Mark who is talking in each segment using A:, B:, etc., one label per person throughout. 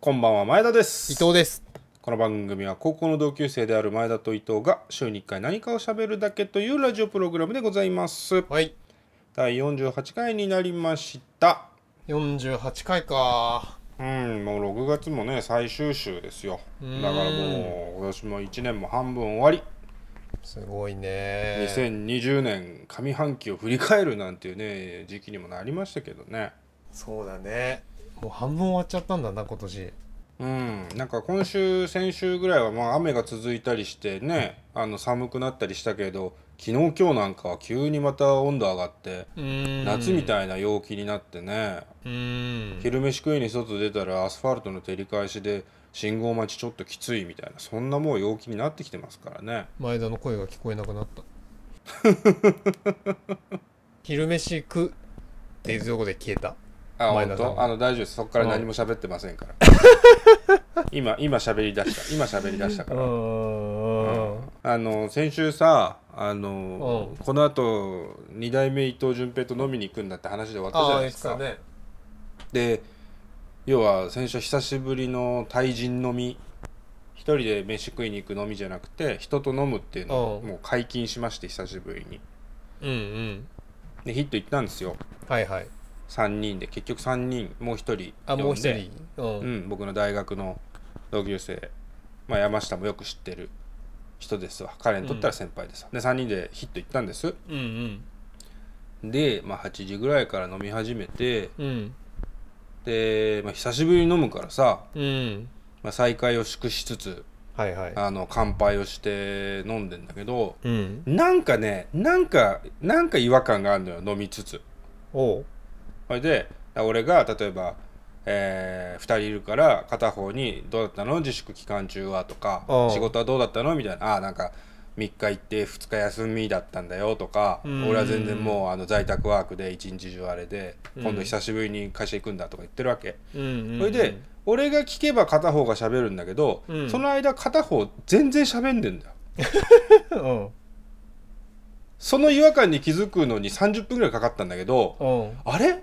A: こんばんは前田です
B: 伊藤です
A: この番組は高校の同級生である前田と伊藤が週に1回何かを喋るだけというラジオプログラムでございます
B: はい
A: 第48回になりました
B: 48回か
A: うんもう6月もね最終週ですよだ
B: ん
A: からもう今年も1年も半分終わり
B: すごいね
A: 2020年上半期を振り返るなんていうね時期にもなりましたけどね
B: そうだねもう半分終わっちゃったんだな今年
A: うん、なんか今週先週ぐらいはまあ雨が続いたりしてねあの寒くなったりしたけど昨日今日なんかは急にまた温度上がって
B: うん
A: 夏みたいな陽気になってね、
B: うん
A: 昼飯食いに外出たらアスファルトの照り返しで信号待ちちょっときついみたいなそんなもう陽気になってきてますからね
B: 前田の声が聞こえなくな った昼飯食うっていうとこで消えた
A: あ
B: 前
A: 本
B: 田さん
A: 当あの大丈夫ですそこから何も喋ってませ んから、今今喋り出した今喋り出したから
B: ん
A: あの先週さあの、
B: うん
A: この後二代目伊藤淳平と飲みに行くんだって話で終わったじゃな
B: あ
A: い
B: あ言
A: で
B: っ
A: す
B: て
A: か。
B: たね
A: で要は先週久しぶりの対人飲み一人で飯食いに行く飲みじゃなくて人と飲むっていうのを
B: うん
A: もう解禁しまして久しぶりに。
B: うんうん
A: でヒット行ったんですよ
B: はいはい
A: 3人で結局3人もう一人
B: あもう一
A: 呼んで
B: 人うん、
A: うん、僕の大学の同級生、まあ、山下もよく知ってる人ですわ彼にとったら先輩ですわ、で3人でヒット行ったんです
B: うんうん
A: で、まあ、8時ぐらいから飲み始めて
B: うん
A: で、まあ、久しぶりに飲むからさ、
B: うん
A: まあ、再会を祝しつつ
B: はいはい
A: あの乾杯をして飲んでんだけど
B: うん
A: なんかねなんかなんか違和感があるのよ飲みつつ
B: おう
A: それで俺が例えば、え2人いるから片方に「どうだったの自粛期間中は」とか
B: う
A: 「
B: ん
A: 仕事はどうだったの?」みたいな「あーなんか3日行って2日休みだったんだよ」とか「
B: うん
A: 俺は全然もうあの在宅ワークで一日中あれで
B: うん
A: 今度久しぶりに会社行くんだ」とか言ってるわけ。
B: うんうん
A: それで俺が聞けば片方が喋るんだけど、
B: うん
A: その間片方全然喋んねんだよ。
B: うん
A: その違和感に気づくのに30分ぐらいかかったんだけど、
B: うん
A: あれ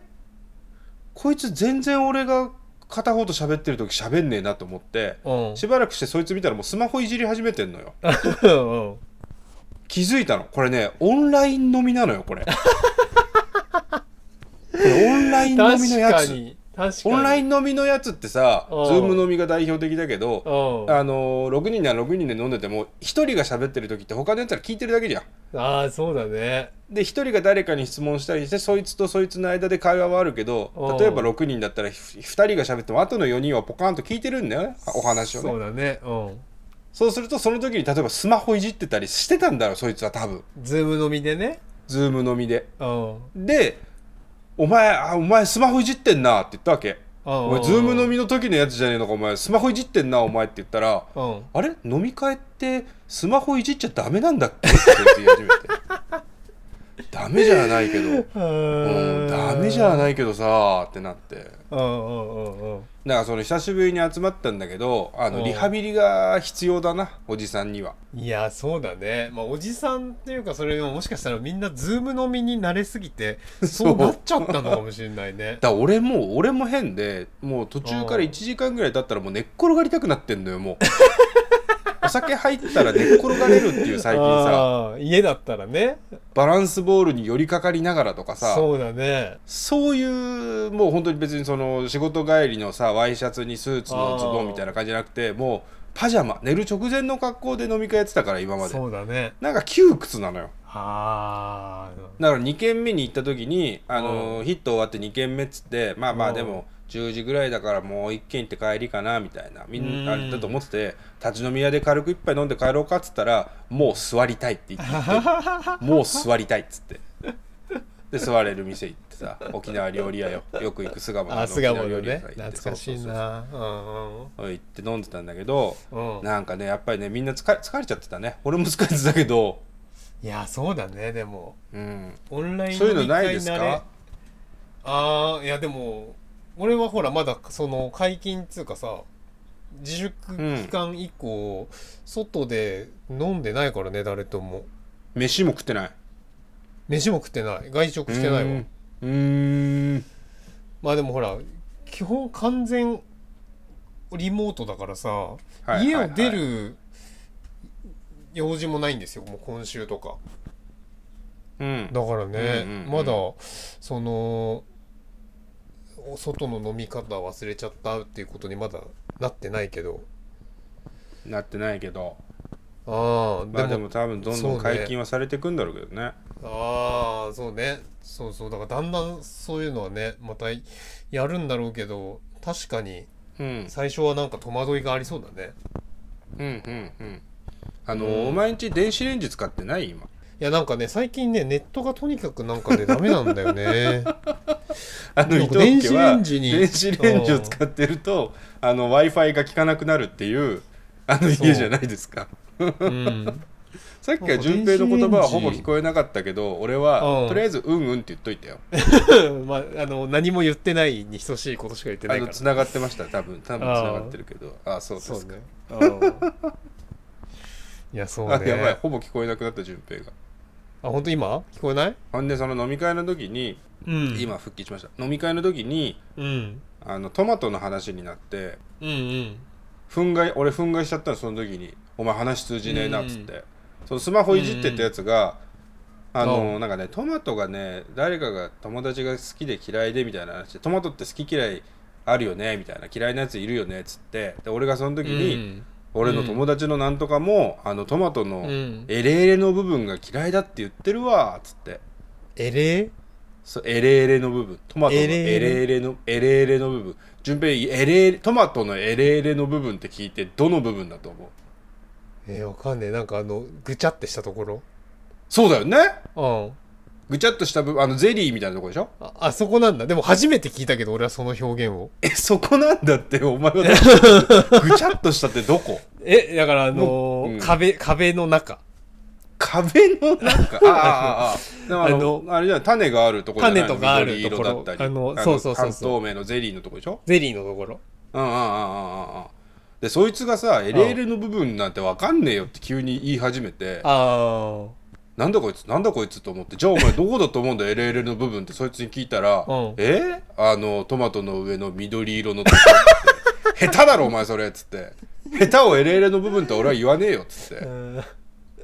A: こいつ全然俺が片方と喋ってる時喋んねえなと思って
B: うん
A: しばらくしてそいつ見たらもうスマホいじり始めてんのよ
B: うん
A: 気づいたのこれねオンライン飲みなのよこ れこれオンライン飲みのや
B: 確か
A: つ
B: に確かに
A: オンライ
B: ン
A: ン飲みのやつってさズ
B: うん
A: ーム飲みが代表的だけ
B: う
A: ど
B: んあ
A: あのー6人なら6人で飲んでても1人が喋ってる時って他のやつら聞いてるだけじゃん
B: あーそうだね
A: で1人が誰かに質問したりしてそいつとそいつの間で会話はあるけど
B: うん
A: 例えば6人だったら2人が喋っても後の4人はポカンと聞いてるんだよねお話を
B: そ
A: ね
B: うだねうん
A: そうするとその時に例えばスマホいじってたりしてたんだろうそいつは多分
B: ズームのみでね
A: ズーム飲みで
B: うん
A: で「お前あお前スマホいじってんな」って言ったわけ「お前ズーム飲みの時のやつじゃねえのかお前スマホいじってんなお前」って言ったら「
B: うん
A: あれ飲み会ってスマホいじっちゃダメなんだっけ?」って言い始めて 「ダメじゃないけど」うん、ダメじゃないけどさーってなってだか
B: うんうんうんうん
A: らその久しぶりに集まったんだけどあ
B: う
A: の
B: ん
A: リハビリが必要だなおじさんにはい
B: やそうだねまあおじさんっていうかそれでももしかしたらみんなズームのみに慣れすぎ てそうなっちゃったのかもしれないね
A: だから俺も俺も変でもう途中から
B: うん
A: 1時間ぐらい経ったらもう寝っ転がりたくなってんのよもう お酒入ったら寝っ転がれるっていう最近さ
B: あー家だったらね
A: バランスボールに寄りかかりながらとかさ
B: そうだね
A: そういうもう本当に別にその仕事帰りのさワイシャツにスーツのズボンみたいな感じじゃなくてもうパジャマ寝る直前の格好で飲み会やってたから今まで
B: そうだね
A: なんか窮屈なのよ
B: あ
A: だから2軒目に行った時にあのーヒット終わって2軒目っつってまあま
B: う
A: あ
B: ん
A: でも10時ぐらいだからもう1軒行って帰りかなみたいなみんな
B: うん
A: あれだと思ってて立ち飲み屋で軽く一杯飲んで帰ろうかっつったらもう座りたいって言って
B: あ
A: もう座りたいっつってで座れる店行ってさ沖縄料理屋よよく行く巣鴨の
B: あ巣
A: 沖
B: 鴨
A: 縄
B: の
A: 料理屋
B: ね
A: さん行
B: 懐
A: って
B: かしい
A: そうそう
B: なうん
A: そう行って飲んでたんだけど
B: うんうん
A: なんかねやっぱりねみんな疲れ疲れちゃってたね俺も疲れてたけど
B: いやそうだねでも
A: うん
B: オンライン
A: そういうの
B: 飲み会
A: ないですか
B: 慣れあーいやでも俺はほらまだその解禁っつうかさ自粛期間以降、外で飲んでないからね誰とも
A: 飯も食ってない
B: 飯も食ってない外食してな
A: う
B: いわ
A: んうーん
B: まあでもほら基本完全リモートだからさ、
A: はい
B: 家を出
A: はいはい
B: る用事もないんですよもう今週とか
A: うん
B: だからね、
A: うんうんうん
B: まだそのお外の飲み方忘れちゃったっていうことにまだなってないけど
A: なってないけど
B: ああ
A: まあ
B: で
A: で
B: も
A: も多分どんどん解禁はされていくんだろうけどね
B: ああそうねそうそうだからだんだんそういうのはねまたやるんだろうけど確かに
A: うん
B: 最初はなんか戸惑いがありそうだね
A: うんうんうんあの、
B: うん
A: お前んち電子レンジ使ってない今
B: いやなんかね最近ねネットがとにかくなんかねダメなんだ よね
A: あの
B: な
A: 伊
B: んか
A: 藤家は
B: 電子レンジに
A: 電子レンジを使ってると w i f i が効かなくなるっていうあの
B: そう
A: 家じゃないですか
B: うん
A: さっきから順平の言葉はほぼ
B: 電子レンジ
A: 聞こえなかったけど俺は、
B: うん
A: とりあえず「うんうん」って言っといたよ
B: まあ、あの何も言ってないに等しいことしか言ってな
A: あ
B: いか
A: の
B: ら
A: 繋がってました多分多分
B: あー
A: 繋がってるけどあそうです
B: そ
A: か
B: うねうんいやそうね
A: あやばいほぼ聞こえなくなった順平が
B: あ本当今聞こえない
A: ほんでその飲み会の時に、
B: うん
A: 今復帰しました飲み会の時に
B: うん
A: あのトマトの話になって
B: うんうん
A: 憤慨俺憤慨しちゃったのその時に「お前話通じねえな」っつって、そのスマホいじってたやつが、あの、
B: うん
A: なんかねトマトがね誰かが友達が好きで嫌いでみたいな話でトマトって好き嫌いあるよねみたいな嫌いなやついるよねっつってで俺がその時に、
B: うん
A: 俺の友達のなんとかも、あのトマトの
B: うん
A: エレエレの部分が嫌いだって言ってるわっつって
B: エレ
A: そうエレエレの部分トマトのエ
B: エレエレ
A: レエレのエレエレの部分順平エレエレトマトのエレエレの部分って聞いてどの部分だと思う
B: えー、わかんねえなんかあのぐちゃってしたところ
A: そうだよね
B: うん
A: ぐちゃっとした部分あのゼリーみたいなとこでしょ
B: ああそこなんだでも初めて聞いたけど俺はその表現を
A: えそこなんだってお前 はぐちゃっとしたってどこ
B: えだからあの
A: ーうん
B: 壁壁の中
A: 壁のなんかああ ああああでもあの
B: あ
A: あれじゃない種があるとこじゃないの
B: 種とかあるとこ
A: 緑
B: ろ
A: 色だったり
B: あのそうそうそうそう
A: 半透明のゼリーのとこでしょ
B: ゼリーのところ
A: うんうんうんうんうんうんでそいつがさ LL の部分なんてわかんねえよって急に言い始めて
B: あ
A: なんだこいつなんだこいつと思ってじゃあお前どこだと思 うんだ LL の部分ってそいつに聞いたら
B: うん
A: えあのトマトの上の緑色のとこ って下手だろお前それ」っつって「下手を LL の部分とは俺は言わねえよ」っつっ
B: あ
A: て
B: うん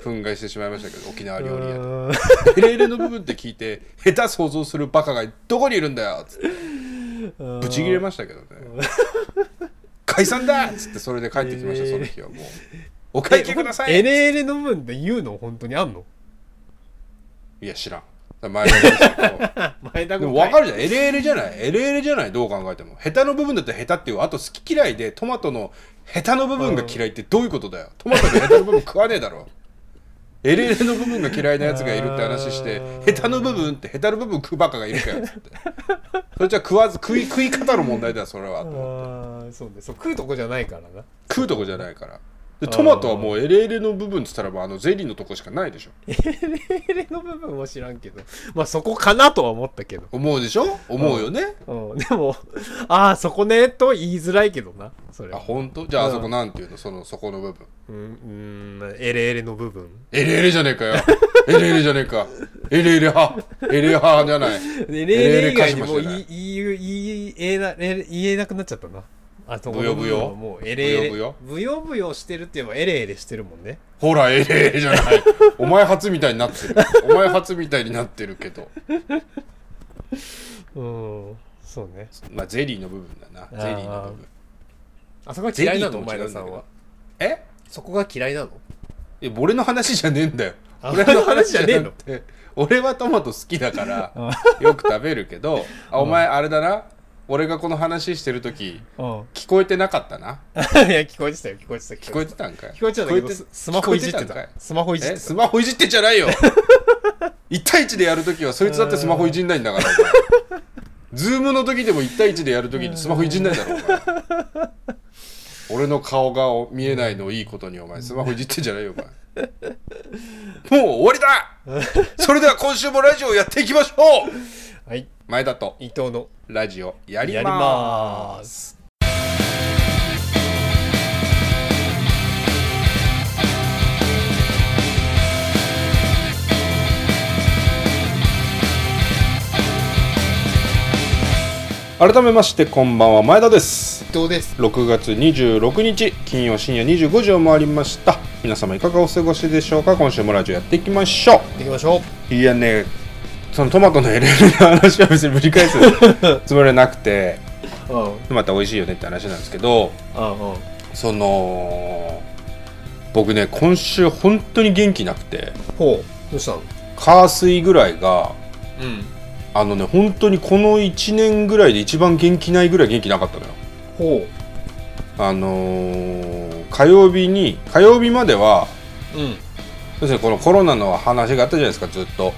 A: 憤慨してしまいましたけど沖縄料理 屋で
B: うん
A: LL の部分って聞いて下手想像するバカがどこにいるんだよっつってぶち切れました けどね解散だっつってそれで帰ってきました
B: えー
A: その日はもうお会計ください
B: えほん LL の部分で言うの本当にあんの
A: いや知らん前田君ですけど
B: 前田
A: で
B: 君
A: も分かるじゃん LL じゃない LL じゃないどう考えてもヘタの部分だってヘタっていうあと好き嫌いでトマトのヘタの部分が嫌いってどういうことだよトマトのヘタの部分食わねえだろ LL の部分が嫌いなやつがいるって話して
B: あー
A: ヘタの部分ってヘタの部分食うバカがいるかよっつってそれじゃ食わず食い食い方の問題だよそれはと思って
B: あーそうねそう食うとこじゃないからな
A: 食うとこじゃないからでトマトはもう LL の部分っつったらもうあのゼリーのとこしかないでしょ
B: LL の部分は知らんけどまあそこかなとは思ったけど、
A: 思うでしょ思うよね
B: うん、でもああそこねと言いづらいけどなそれ
A: あ
B: は
A: 本当じゃあ
B: う
A: あ
B: ん
A: そこなんていうのそのそこの部分
B: うんうん LL の部分
A: LL じゃねえかよ LL じゃねえか LL 派 LL 派じゃない
B: LL 以外にも
A: 鹿島じゃない
B: 言い言い言い言えな言えなくなっちゃったなあそこの部分はもう LL
A: ぶよ
B: ぶよぶよしてるって言えば LL してるもんね
A: ほら LL じゃないお前初みたいになってるお前初みたいになってるけど
B: うんそうね
A: まあゼリーの部分だなゼリーの部分
B: あそこが
A: ゼ
B: 嫌い
A: リ
B: な
A: ーと
B: の
A: も
B: 前
A: 違
B: 田
A: うんだ
B: さ
A: け
B: んは
A: どえ
B: そこが嫌いなの
A: いや俺の話じゃねえんだよ
B: あ
A: 俺の話じゃねえの って俺はトマト好きだからよく食べるけどあお前あれだな俺がこの話してる時
B: うん
A: 聞こえてなかったない
B: や、聞こえてたよ、聞こえてた。
A: 聞こえてたんかい
B: 聞こえてたけど、
A: 聞
B: ススマホいじっ
A: 聞こえ
B: て
A: ん
B: た
A: か。
B: スマホい
A: い
B: じっ
A: え
B: てた。
A: スマホいじってんじゃ ないよ1対1でやる時はそいつだってスマホいじんないんだからお前ズームの時でも1対1でやる時にスマホいじんないだろお前俺の顔が見えないのをいいことにお前スマホいじってんじゃないよお前もう終わりだそれでは今週もラジオやっていきましょう
B: はい、
A: 前田と
B: 伊藤の。
A: ラジオやり
B: やり
A: ま
B: ますす。
A: 改めましてこんばんは前田です
B: 藤です
A: 6月26日金曜深夜25時を回りました皆様いかがお過ごしでしょうか今週もラジオやっていきましょ
B: 行ってきましょう
A: ういやねそのトマトの LL の話は別にぶり返すつもりはなくて
B: うんうん
A: また美味しいよねって話なんですけど
B: うん
A: その僕ね今週本当に元気なくて
B: ほうどうしたの
A: 火水ぐらいが
B: うん
A: あのね本当にこの1年ぐらいで一番元気ないぐらい元気なかったのよ
B: ほ
A: あのー火曜日に火曜日までは
B: ううん
A: 要するにこのコロナの話があったじゃないですかずっと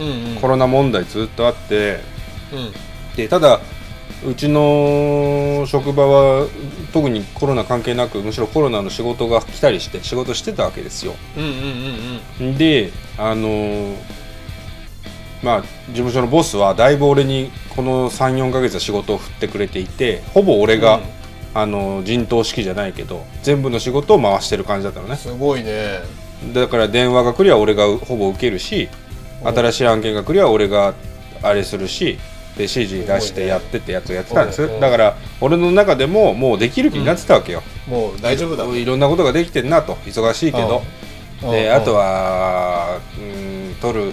B: うんうん
A: コロナ問題ずっとあって
B: うん
A: でただうちの職場は特にコロナ関係なくむしろコロナの仕事が来たりして仕事してたわけですよ
B: うんうんうんうん
A: であのーまあ事務所のボスはだいぶ俺にこの34ヶ月は仕事を振ってくれていてほぼ俺が、あの陣頭指揮じゃないけど全部の仕事を回してる感じだったのね
B: すごいね
A: だから電話が来りゃ俺がほぼ受けるし
B: うん
A: 新しい案件が来りゃ俺があれするしで指示出してやってってやつをやってたんです
B: うんうん
A: だから俺の中でももうできる気になってたわけよ、
B: もう大丈夫だ
A: いろんなことができてんなと忙しいけど、
B: うん
A: で
B: うん
A: あとはうん取る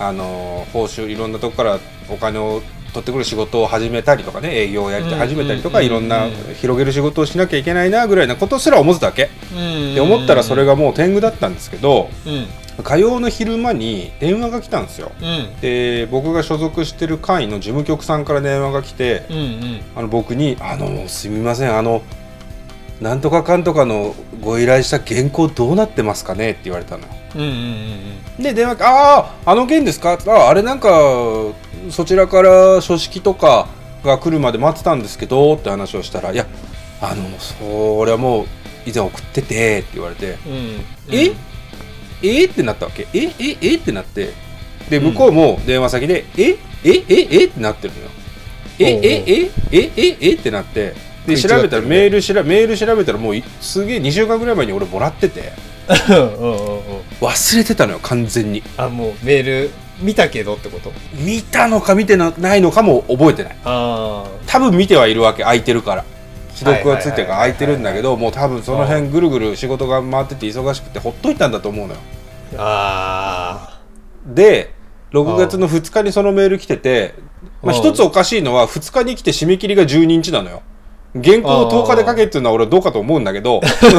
A: あの報酬いろんなとこからお金を取ってくる仕事を始めたりとかね営業をやりて始めたりとか、
B: うん
A: いろんな
B: うん
A: 広げる仕事をしなきゃいけないなぐらいなことすら思ってたわけ、
B: うん
A: で思ったらそれがもう天狗だったんですけど
B: うんうん
A: 火曜の昼間に電話が来たんですよ
B: うん
A: で僕が所属してる会の事務局さんから電話が来て
B: うんうん
A: あの僕に「あのすみませんあのなんとかかんとかのご依頼した原稿どうなってますかね?」って言われたの
B: うんうん
A: で電話「あああの件ですか?」ああれなんかそちらから書式とかが来るまで待ってたんですけど」って話をしたら「いやあのそれはもう以前送ってて」って言われて
B: うんうん
A: え、えってなったわけえええってなってで向こうも電話先で、えええええってなってるのよえ
B: おうおう
A: えええええってなってで
B: 食い違っ
A: 調
B: てるね
A: べたらメール調べメール調べたらもういすげえ2週間ぐらい前に俺もらってて
B: うんうんうんうん
A: 忘れてたのよ完全に
B: あもうメール見たけどってこと
A: 見たのか見てなないのかも覚えてない
B: あ
A: 多分見てはいるわけ空いてるから既読がついてるから
B: は
A: 空
B: いはいはいは
A: い
B: い
A: てるんだけどもう多分その辺ぐるぐる仕事が回ってて忙しくてほっといたんだと思うのよ
B: ああ
A: で6月の2日にそのメール来てて、まあ、
B: うん
A: 一つおかしいのは2日に来て締め切りが12日なのよ原稿を10日で書けっていうのは俺はどうかと思うんだけどそれ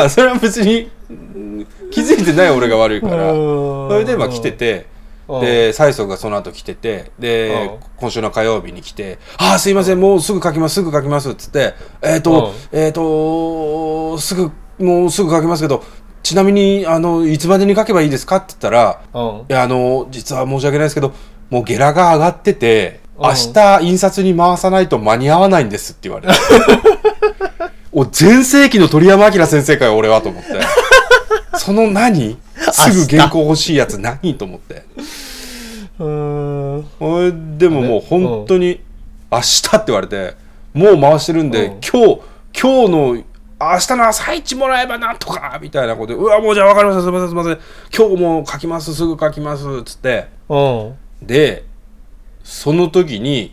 A: は それは別にうん気づいてない俺が悪いか
B: ー
A: ら
B: そ
A: それでまあ来ててで催促がその後来ててで
B: うん
A: 今週の火曜日に来て「ああすいませんもうすぐ書きますすぐ書きます」っつって「えっ、とえっ、とすぐもうすぐ書きますけどちなみにあのいつまでに書けばいいですか?」って言ったら
B: うんうん
A: いやあの実は申し訳ないですけどもうゲラが上がってて
B: うん
A: 明日印刷に回さないと間に合わないんですって言われ てお全盛期の鳥山明先生かよ俺はと 思ってその何すぐ原稿欲しいやつ何と思って
B: うーん
A: おいでももう
B: あれ
A: 本当に明日って言われてもう回してるんで、
B: うん
A: 今日今日の明日の朝一もらえばなんとかみたいなことでうわもうじゃあ分かりましたすいませんすいません今日もう書きますすぐ書きますっつって
B: うん
A: でその時に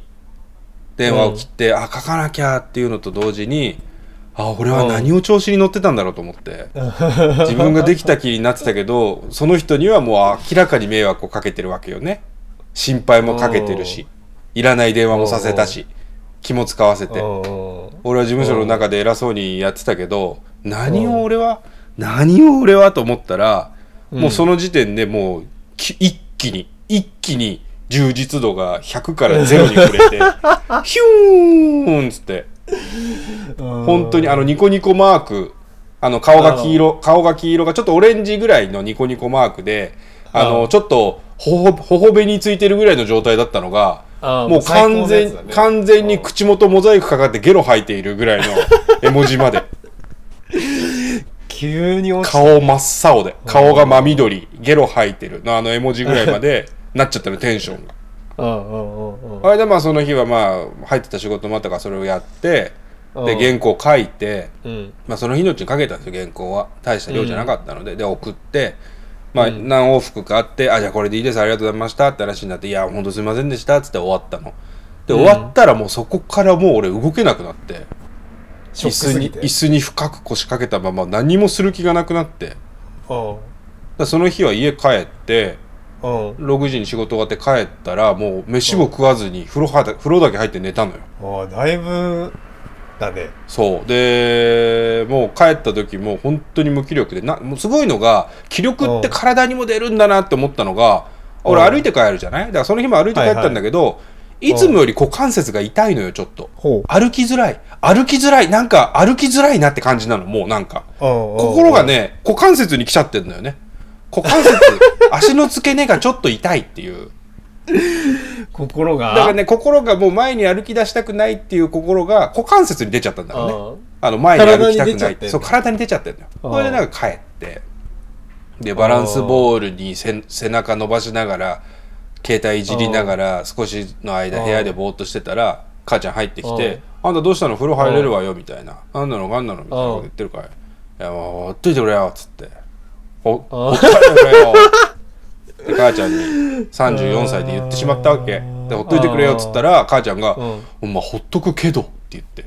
A: 電話を切って、あ書かなきゃっていうのと同時にあ俺は何を調子に乗ってたんだろうと思って、自分ができた気になってたけどその人にはもう明らかに迷惑をかけてるわけよね心配もかけてるしいらない電話もさせたし気も使わせて
B: うん
A: 俺は事務所の中で偉そうにやってたけど何を俺は何を俺はと思ったら
B: うん
A: もうその時点でもうき一気に一気に充実度が100から0に触れ てヒューンっつって本当にあのニコニコマークあの顔が黄色顔が黄色がちょっとオレンジぐらいのニコニコマークであ
B: う
A: の
B: ん
A: ちょっとほほほほべについてるぐらいの状態だったのが
B: あー
A: もう完全,、
B: もう最高のやつだね
A: 完全に口元モザイクかかってゲロ吐いているぐ らいの絵文字まで
B: 急に落ち
A: 顔真っ青で顔が真緑ゲロ吐いてるのあの絵文字ぐらいまでなっちゃったのテンションが。
B: うんうんうんうん
A: あれでまあその日はまあ入ってた仕事もあったからそれをやって
B: う
A: で原
B: ん
A: 稿書いて
B: うん
A: まあ、その日のうちにかけたんですよ原稿は大した量じゃなかったので、で送って、まあ、何往復かあって「あじゃあこれでいいですありがとうございました」って話になって「いや本当すいませんでした」っつって終わったので終わったらもうそこからもう俺動けなくなって、
B: シ
A: 椅
B: ョック
A: 子
B: すぎ
A: に
B: て
A: 椅子に深く腰掛けたまま何もする気がなくなってだか
B: うん
A: らその日は家帰って
B: うん
A: 6時に仕事終わって帰ったらもう飯も食わずに風呂はだ風呂だけ入って寝たのよ
B: ああだいぶだね
A: そうでもう帰った時もう本当に無気力でなもうすごいのが気力って体にも出るんだなって思ったのが
B: うん
A: 俺歩いて帰るじゃないだからその日も歩いて帰ったんだけど、い
B: いはい
A: つもより股関節が痛いのよちょっと
B: ほ
A: 歩きづらい歩きづらいなんか歩きづらいなって感じなのもうなんか
B: うん
A: 心がね股関節に来ちゃってんのよね股関 節足の付け根がちょっと痛いっていう
B: 心が
A: だからね心がもう前に歩き出したくないっていう心が股関節に出ちゃったんだろうね
B: う
A: あの前に歩きたくない
B: 体に出ちゃってんだ
A: そう体に出ちゃってるのよ
B: あー
A: これでなんか帰ってでバランスボールにせ背中伸ばしながら携帯いじりながら少しの間部屋でぼーっとしてたら母ちゃん入ってきて「あんたどうしたの風呂入れるわよ」みたいな「なんなのなんなの」みたいなこと言ってるから「いやもうほっといてくれよ」っつって「ほ
B: あー
A: ほっといてくれよ」って母ちゃんに34歳で言ってしまったわけ
B: あー
A: でほっといてくれよっつったら母ちゃんが
B: うん
A: 「お前ほっとくけど」って言って。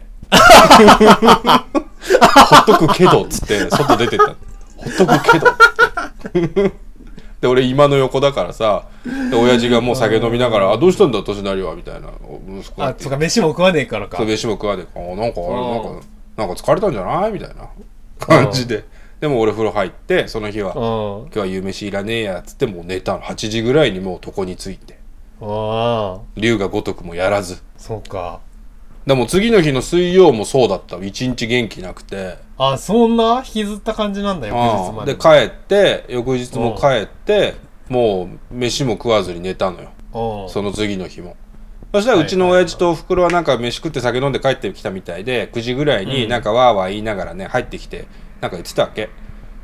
A: ほっとくけどっつって外出てったのほっとくけどで俺今の横だからさで親父がもう酒飲みながら「あどうしたんだ年なりは」みたいなお息子
B: ん
A: が
B: あつうか飯も食わねえからか
A: そう飯も食わねえかあなんかあれ
B: うん
A: なんかなんか疲れたんじゃないみたいな感じででも俺風呂入ってその日は
B: う
A: 「
B: ん
A: 今日は夕飯いらねえや」っつってもう寝たの8時ぐらいにもう床について
B: ああ
A: 龍が如くもやらず
B: そうか
A: でも次の日の水曜もそうだった一日元気なくて
B: あそんな引きずった感じなんだよ翌日
A: う
B: ま
A: ん
B: で
A: で帰って翌日も帰ってもう飯も食わずに寝たのよ
B: うん
A: その次の日もそしたら
B: は
A: う
B: い
A: ちの親父とおふくろはなんか飯食って酒飲んで帰ってきたみたいで9時ぐらいになんかわーわー言いながらね入ってきてなんか言ってたわけ、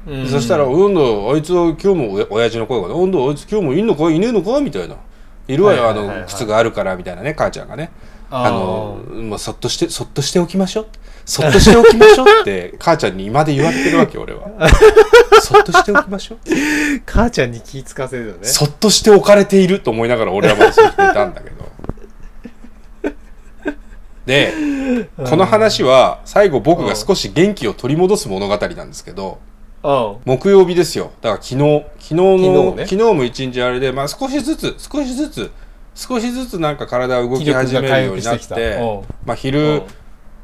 B: うん
A: そしたら「うんどあいつは今日もお親父の声がね「うんどあいつ今日もいんのかいねえのか?」みたいな「いるわよ、
B: はいはいはいはい
A: あの靴があるから」みたいなね母ちゃんがね
B: あ
A: あのまあ、そっとしてそっとしておきましょうそっとしておきましょう って母ちゃんに今で言われてるわけ俺はそっとしておきましょう、
B: ー母ちゃんに気ぃつかせるよね
A: そっとして置かれていると思いながら俺はまだそうしていたんだけどでこの話は最後僕が少し元気を取り戻す物語なんですけど
B: うん
A: 木曜日ですよだから昨日昨日の
B: 昨日
A: 昨
B: ね
A: 日も一日あれで、まあ、少しずつ少しずつ少しずつなんか体が動き始めるようになっ
B: 気力が回復してき
A: て
B: たうん
A: まあ、
B: う
A: 昼
B: ん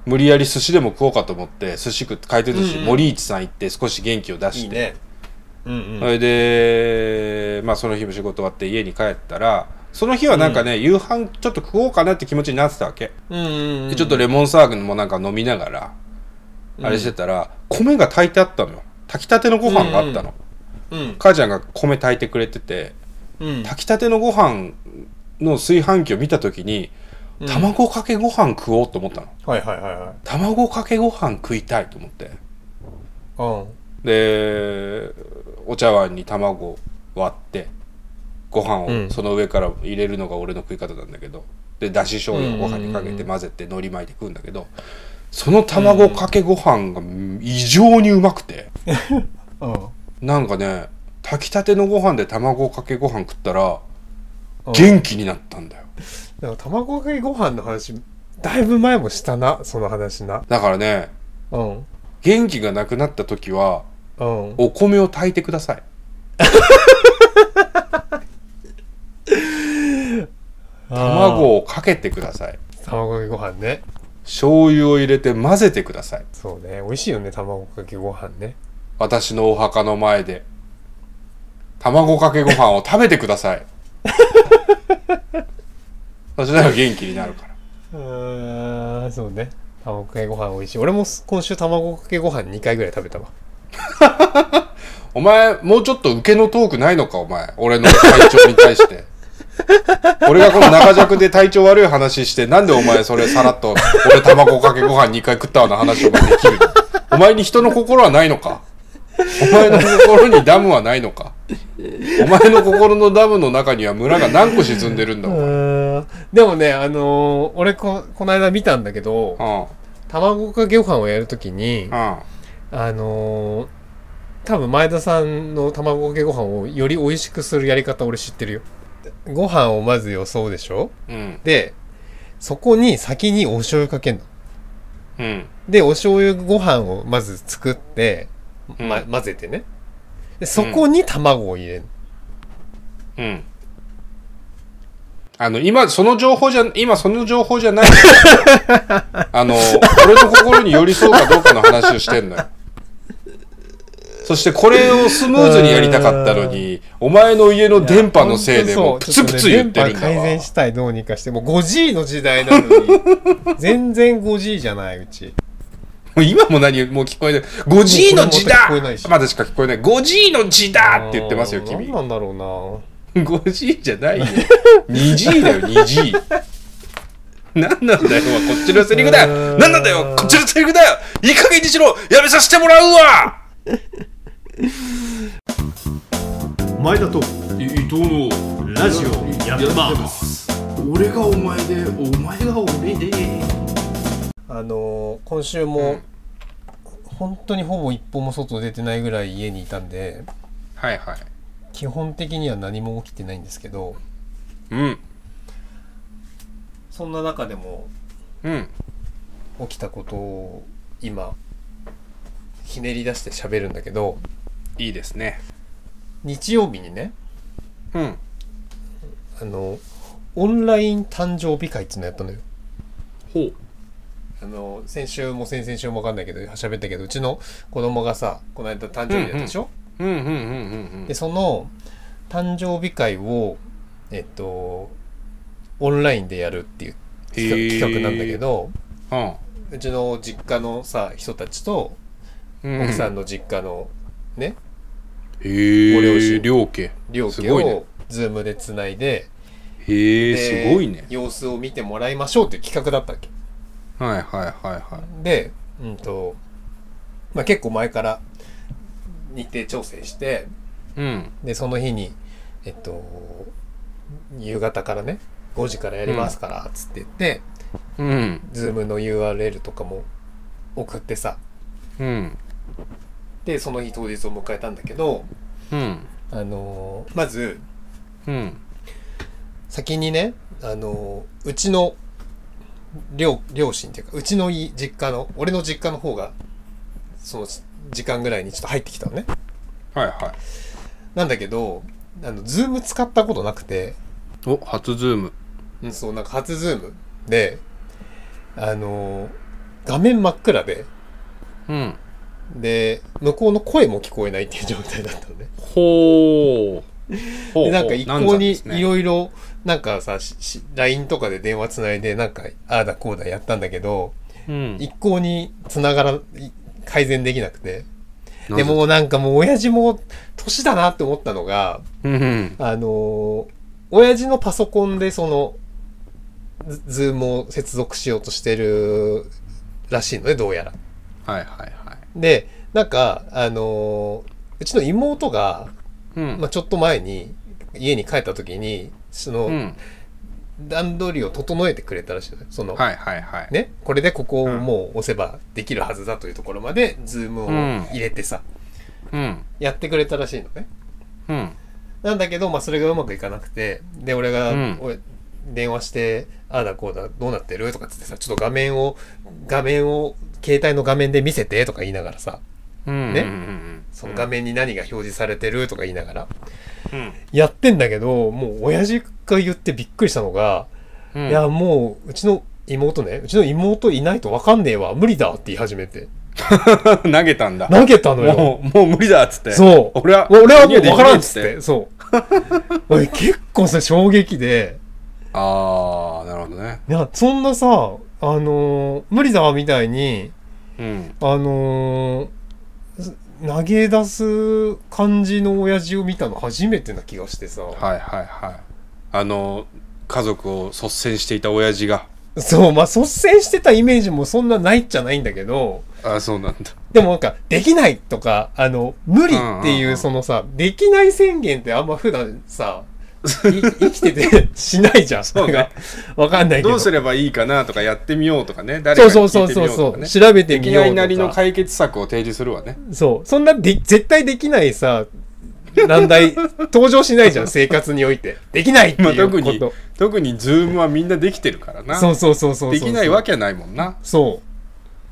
A: 無理やり寿司でも食おうかと思って寿司食って回転寿司、
B: うんうん
A: 森市さん行って少し元気を出して
B: いいねうんうん
A: それで、まあ、その日も仕事終わって家に帰ったらその日はなんかね、夕飯ちょっと食おうかなって気持ちになってたわけ、
B: うんうんう
A: で
B: ん
A: ちょっとレモンサワーもなんか飲みながら、
B: うん
A: あれしてたら米が炊いてあったのよ炊きたてのご飯があったの、
B: うん
A: 母ちゃんが米炊いてくれてて
B: うん
A: 炊きたてのご飯の炊飯器を見た時に
B: うん
A: 卵かけご飯食おうと思ったの
B: はいはいはいはい
A: 卵かけご飯食いたいと思って
B: うん
A: でお茶碗に卵割ってご飯
B: う
A: を
B: ん
A: その上から入れるのが俺の食い方なんだけどでだし醤油をご飯にかけて混ぜて海苔巻いて食うんだけどその卵かけご飯が異常にうまくて
B: うん
A: なんかね炊きたてのご飯で卵かけご飯食ったら
B: うん
A: 元気になったんだよ
B: なんか卵かけご飯の話だいぶ前もしたなその話な
A: だからね
B: うん
A: 元気がなくなった時は
B: うん
A: お米を炊いてください卵をかけてください
B: 卵かけご飯ね
A: 醤油を入れて混ぜてください
B: そうね美味しいよね卵かけご飯ね
A: 私のお墓の前で卵かけご飯を食べてください そしたら元気になるから
B: うーんそうね卵かけご飯美味しい俺も今週卵かけご飯2回ぐらい食べたわ
A: お前もうちょっと受けのトークないのかお前俺の体調に対して俺がこの長尺で体調悪い話してなんでお前それさらっと俺卵かけご飯2回食ったわの話お前できるのお前に人の心はないのかお前の心にダムはないのかお前の心のダムの中には村が何個沈んでるんだ
B: う
A: お前
B: ーんでもねあのー俺ここの間見たんだけど
A: うん
B: 卵かけご飯をやるときに
A: うん
B: あのー多分前田さんの卵かけご飯をより美味しくするやり方俺知ってるよご飯をまずよそうでしょ
A: うん
B: でそこに先にお醤油かけんの
A: うん
B: でお醤油ご飯をまず作って、ま、混ぜてねでそこに卵を入れる、
A: うんあの今その情報じゃ今その情報じゃない あの俺の心に寄り添うかどうかの話をしてんのよそしてこれをスムーズにやりたかったのにお前の家の電波のせいでもうプツプツ言ってるんだ
B: 電波改
A: わ、
B: 善したいどうにかしてもう 5G の時代な のに全然 5G じゃないう
A: も
B: ち
A: う今も何もう聞こえない 5G の時
B: もうこれも聞こえな
A: だ
B: いし
A: までしか聞こえない 5G の時だって言ってますよ
B: うん
A: 君
B: 何なんだろ
A: 5G じゃないよ 2G だよ 2G 何なんだよこっちのセリフだ
B: うー
A: よ
B: ん
A: 何なんだよこっちのセリフだよいい加減にしろやめさせてもらうわ
C: 前田と
D: 伊藤の
C: ラジオやってます
D: 俺がお前でお前が俺で
B: うなあのー今週
A: う
B: も
A: ん
B: 本当にほぼ一歩も外出てないぐらい家にいたんで
A: はいはい
B: 基本的には何も起きてないんですけど
A: うん
B: そんな中でも
A: うん
B: 起きたことを今ひねり出して喋るんだけど
A: いいですね
B: 日曜日にね
A: うん
B: あのオンライン誕生日会っていうのやったのよ
A: ほう
B: あの先週も先々週も分かんないけど喋ったけどうちの子供がさこの間誕生日だったでしょ、
A: うんうんうんうん
B: でその誕生日会をえっとオンラインでやるっていう企画企画なんだけど
A: うん
B: うちの実家のさ人たちと
A: うん
B: 奥さんの実家のね
A: へ
B: ご両親
A: え両家
B: 両
A: す
B: 家
A: ごいね
B: をズームでつないで
A: へえ
B: で
A: すごいね
B: 様子を見てもらいましょうっていう企画だったわけ
A: はいはいはいはい
B: で、うんとまあ、結構前から日程調整して
A: うん
B: でその日にえっと夕方からね5時からやりますからっつって言って、
A: うん
B: ズームの URL とかも送ってさ
A: うん
B: でその日当日を迎えたんだけど
A: うん
B: あのーまず
A: うん
B: 先にねあのーうちの両両親っていうかうちのい実家の俺の実家の方がその時間ぐらいにちょっと入ってきたのね
A: はいはい
B: なんだけどあのズーム使ったことなくて
A: お初ズーム
B: うん、そう、なんか初ズームで、あのー画面真っ暗で、
A: うん
B: で、向こうの声も聞こえないっていう状態だったのね。
A: ほうほうほ
B: で、
A: う
B: なんか一向にい
A: い
B: ろいろ、なんかさ、しし LINE とかで電話つないで、なんか、ああだこうだやったんだけど、一向に繋がら、い改善できなくて。でもうなんかもう親父も年だなって思ったのが、
A: うん
B: あのー親父のパソコンでその、ズズームを接続しようとしてるらしいのね、どうやら。
A: はいはいはい
B: で、なんか、あのーうちの妹が、
A: うん
B: まあ、ちょっと前に、家に帰った時に、そうの、
A: ん
B: 段取りを整えてくれたらしいのよ。その、
A: はいはいはい
B: ね、これでここをもう押せばできるはずだというところまで、ズームを入れてさ、
A: うん
B: やってくれたらしいのね。
A: うん
B: なんだけど、まあ、それがうまくいかなくて、で、俺が、
A: うん
B: おい電話して、ああだこうだ、どうなってるとかっつってさ、ちょっと画面を、画面を、携帯の画面で見せてとか言いながらさ、
A: うん
B: ね
A: うん
B: その画面に何が表示されてるとか言いながら、
A: うん
B: やってんだけど、もう親父が言ってびっくりしたのが、
A: うん
B: いや、もう、うちの妹ね、うちの妹いないとわかんねえわ、無理だって言い始めて、
A: 投げたんだ
B: 投げたのよ。
A: もうもう無理だっつって
B: そう。
A: 俺は
B: 俺はも
A: で
B: う
A: き
B: わからんっ
A: ねえ
B: つって、そう。 俺結構さ、衝撃で、
A: ああなるほどね
B: いや、そんなさ、あのー無理だわみたいに、
A: うん
B: あのーす投げ出す感じの親父を見たの初めてな気がしてさ。
A: はいはいはいあの家族を率先していた親父が
B: そう、まあ、率先してたイメージもそんなないっちゃないんだけど、
A: あそうなんだ
B: でもなんか、できないとか、あの、無理って
A: うんうんう
B: い
A: ん
B: う、そのさ、できない宣言ってあんま普段 さ、い生きてて しないじゃん。
A: そう ね
B: なんかわかんないけ
A: ど
B: ど。
A: うすればいいかなとかやってみようとかね誰か
B: そう
A: に
B: そう
A: 聞
B: そ
A: いうてみ
B: そう
A: よう
B: そ
A: と
B: う
A: かね
B: 調べてみ
A: 恋
B: ようとか。
A: 愛なりの解決策を提示するわね
B: そう。そんなで、絶対できないさ、難題、 登場しないじゃん、生活において。できないって
A: まあ、
B: いう
A: 特
B: こ
A: に
B: と。
A: 特にズームはみんなできてるからな
B: そうそうそうそうそう。
A: できないわけないもんな
B: そ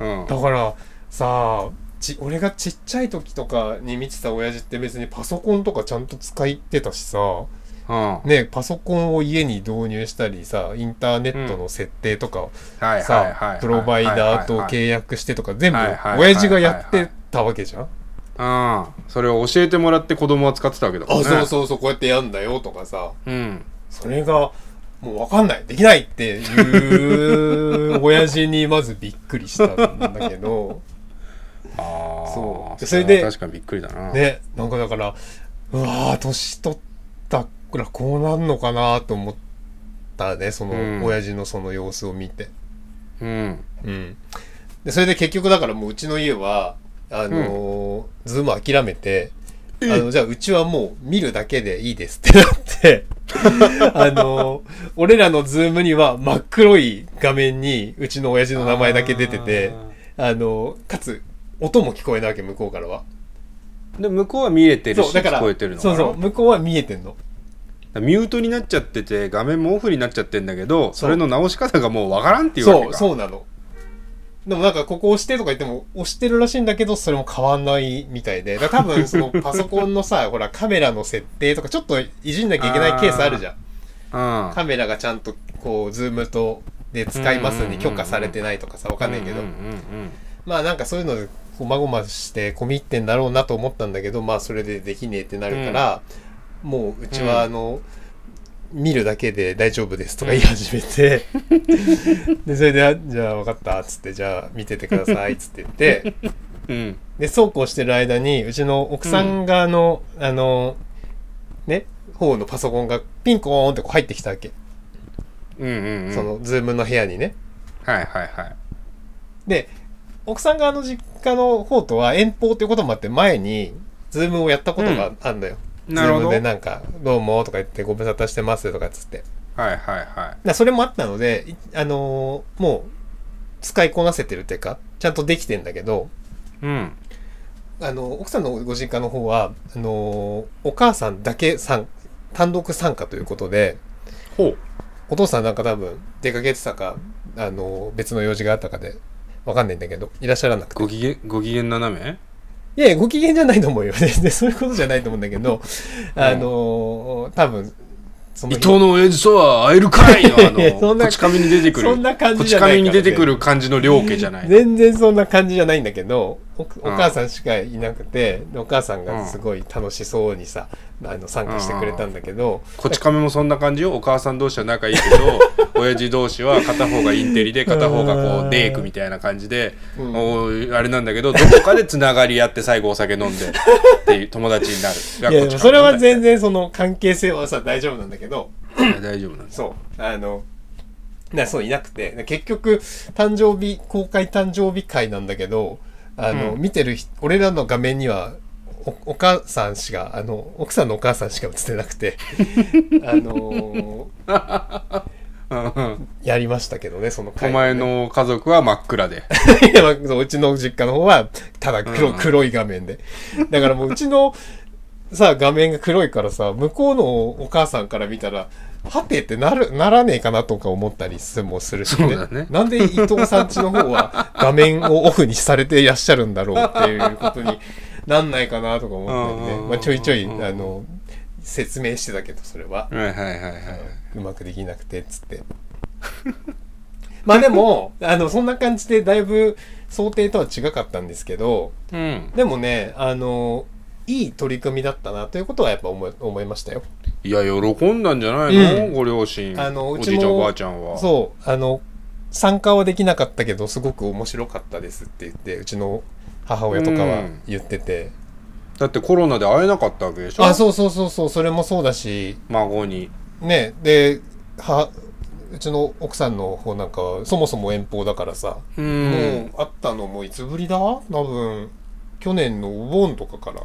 B: う。
A: うん
B: だからさあち俺がちっちゃい時とかに見てた親父って別にパソコンとかちゃんと使ってたしさ
A: うんはい
B: ねパソコンを家に導入したりさインターネットの設定とか
A: はい
B: さ、
A: はいはい
B: プロバイダー
A: は
B: と
A: いはい
B: 契約してとか全部
A: はいはい
B: 親父がやってたわけじゃん、
A: うんそれを教えてもらって子供は使ってたわけだからね
B: あそうそうそうこうやってやんだよとかさ
A: うん
B: それがもう分かんないできないっていう親父にまずびっくりしたんだけ ど
A: あー
B: そう
A: それ
B: それ
A: で
B: で
A: 確かにびっくりだな
B: ねなんかだからうわー年取ったからこうなんのかなと思ったねそ
A: うん
B: の親父のその様子を見て、
A: うん
B: うん、でそれで結局だからもううちの家はあのーズーム諦めてあのじゃあうちはもう見るだけでいいですってな って。あのー俺らのズームには真っ黒い画面にうちの親父の名前だけ出ててあのーかつ音も聞こえないわけ向こうからは
A: で向こうは見れてる
B: そう
A: し
B: だから
A: 聞こえてるのか
B: そ
A: な
B: うそう向こうは見えてんの
A: ミュートになっちゃってて画面もオフになっちゃってんだけど
B: そ
A: そうれの直し方がもうわからんっていうわけ
B: そ
A: か
B: うそうなのでもなんかここ押してとか言っても押してるらしいんだけどそれも変わんないみたいでだから多分 そのパソコンのさほらカメラの設定とかちょっといじんなきゃいけないケースあるじゃん
A: うん
B: カメラがちゃんとこうズームとで使いますに許可されてないとかさわかんないけど、
A: うんうんうん
B: まあなんかそういうのでこまごまして込み入ってんだろうなと思ったんだけどまあそれでできねえってなるから、もううちはあの、見るだけで大丈夫ですとか言い始めて、でそれであ「じゃあ分かった」っつって「じゃあ見ててください」っつって言って
A: うんうん
B: でそうこうしてる間にうちの奥さん側の、あのね方のパソコンがピンコーンってこう入ってきたわけ、
A: うんうんうん
B: そのズームの部屋にね
A: はいはいはい
B: で奥さん側の実家の方とは遠方ということもあって前にズームをやったことがあるのよ、
A: なるほ
B: ズー
A: ど
B: ム
A: は
B: で
A: い
B: なんか「どうも」とか言って「ご無沙汰してます」とかっつってだか
A: はいは
B: らそれもあったのでいあのーもう使いこなせてるっていうかちゃんとできてんだけど
A: いうん
B: あの奥さんのご実家の方はあのーお母さんだけさん単独参加ということで
A: ほう
B: お父さんなんか多分出かけてたかあのー別の用事があったかでわかんないんだけどいらっしゃらなくて
A: ご機嫌ご機嫌斜め
B: いやいや、ご機嫌じゃないと思う よ。全然そういうことじゃないと思うんだけど、あのー、多分そ
A: 伊
B: の日
A: 藤の親父とは会えるかいのあ
B: いやそ
A: の
B: んな
A: こち亀に出てくる
B: そんな感じ
A: こ
B: じ
A: ち
B: ゃないから
A: 亀に出てくる感じの両家じゃない
B: 全然そんな感じじゃないんだけど、おお母さんしかいなくて、でお母さんがすごい楽しそうにさ、あの参加してくれたんだけど、
A: こち亀もそんな感じよお母さん同士は仲いいけ ど親父同士は片方がインテリで片方がこうデークみたいな感じで、おーあれなんだけどどこかでつながり合って最後お酒飲ん でっていう友達になるが
B: いや、
A: こ
B: で
A: ち
B: もそれ
A: 亀
B: は
A: の
B: 全然その関係性はさ、大丈夫なんだけど、
A: いや大丈夫なんです
B: そう、あの、なそういなくて、で結局、誕生日、公開誕生日会なんだけど、あの、見てる人、俺らの画面には、おお母さんしか、あの、奥さんのお母さんしか映ってなくて、 あのやりましたけどね、その
A: お
B: 会、
A: 前の家族は真っ暗で
B: いやまあそううちの実家の方は、ただ黒,、黒い画面で。だからもううちの、さ画面が黒いからさ、向こうのお母さんから見たら、はてってなる、ならねえかなとか思ったりすもするし
A: そうだね
B: なんで伊藤さんちの方は画面をオフにされていらっしゃるんだろうっていうことになんないかなとか思ったり
A: う
B: ね。
A: ん
B: まあちょいちょい、
A: う
B: あ
A: ん
B: の、説明してたけど、それは。
A: はいはいはいはいう
B: まくできなくてっつって まあでもあのそんな感じでだいぶ想定とは違かったんですけど
A: うん
B: でもねあのいい取り組みだったなということはやっぱ思い思いましたよ。
A: いや喜んだんじゃないの、
B: うん
A: ご両親
B: あのう
A: お
B: ち
A: じいちゃん
B: も
A: おばあちゃんは
B: そうあの参加はできなかったけどすごく面白かったですって言ってうちの母親とかは言ってて、
A: だってコロナで会えなかったわけでしょ
B: あそうそうそうそうそれもそうだし
A: 孫に
B: ねではうちの奥さんの方なんかはそもそも遠方だからさ
A: うん
B: もうあったのもいつぶりだ多分去年のお盆とかから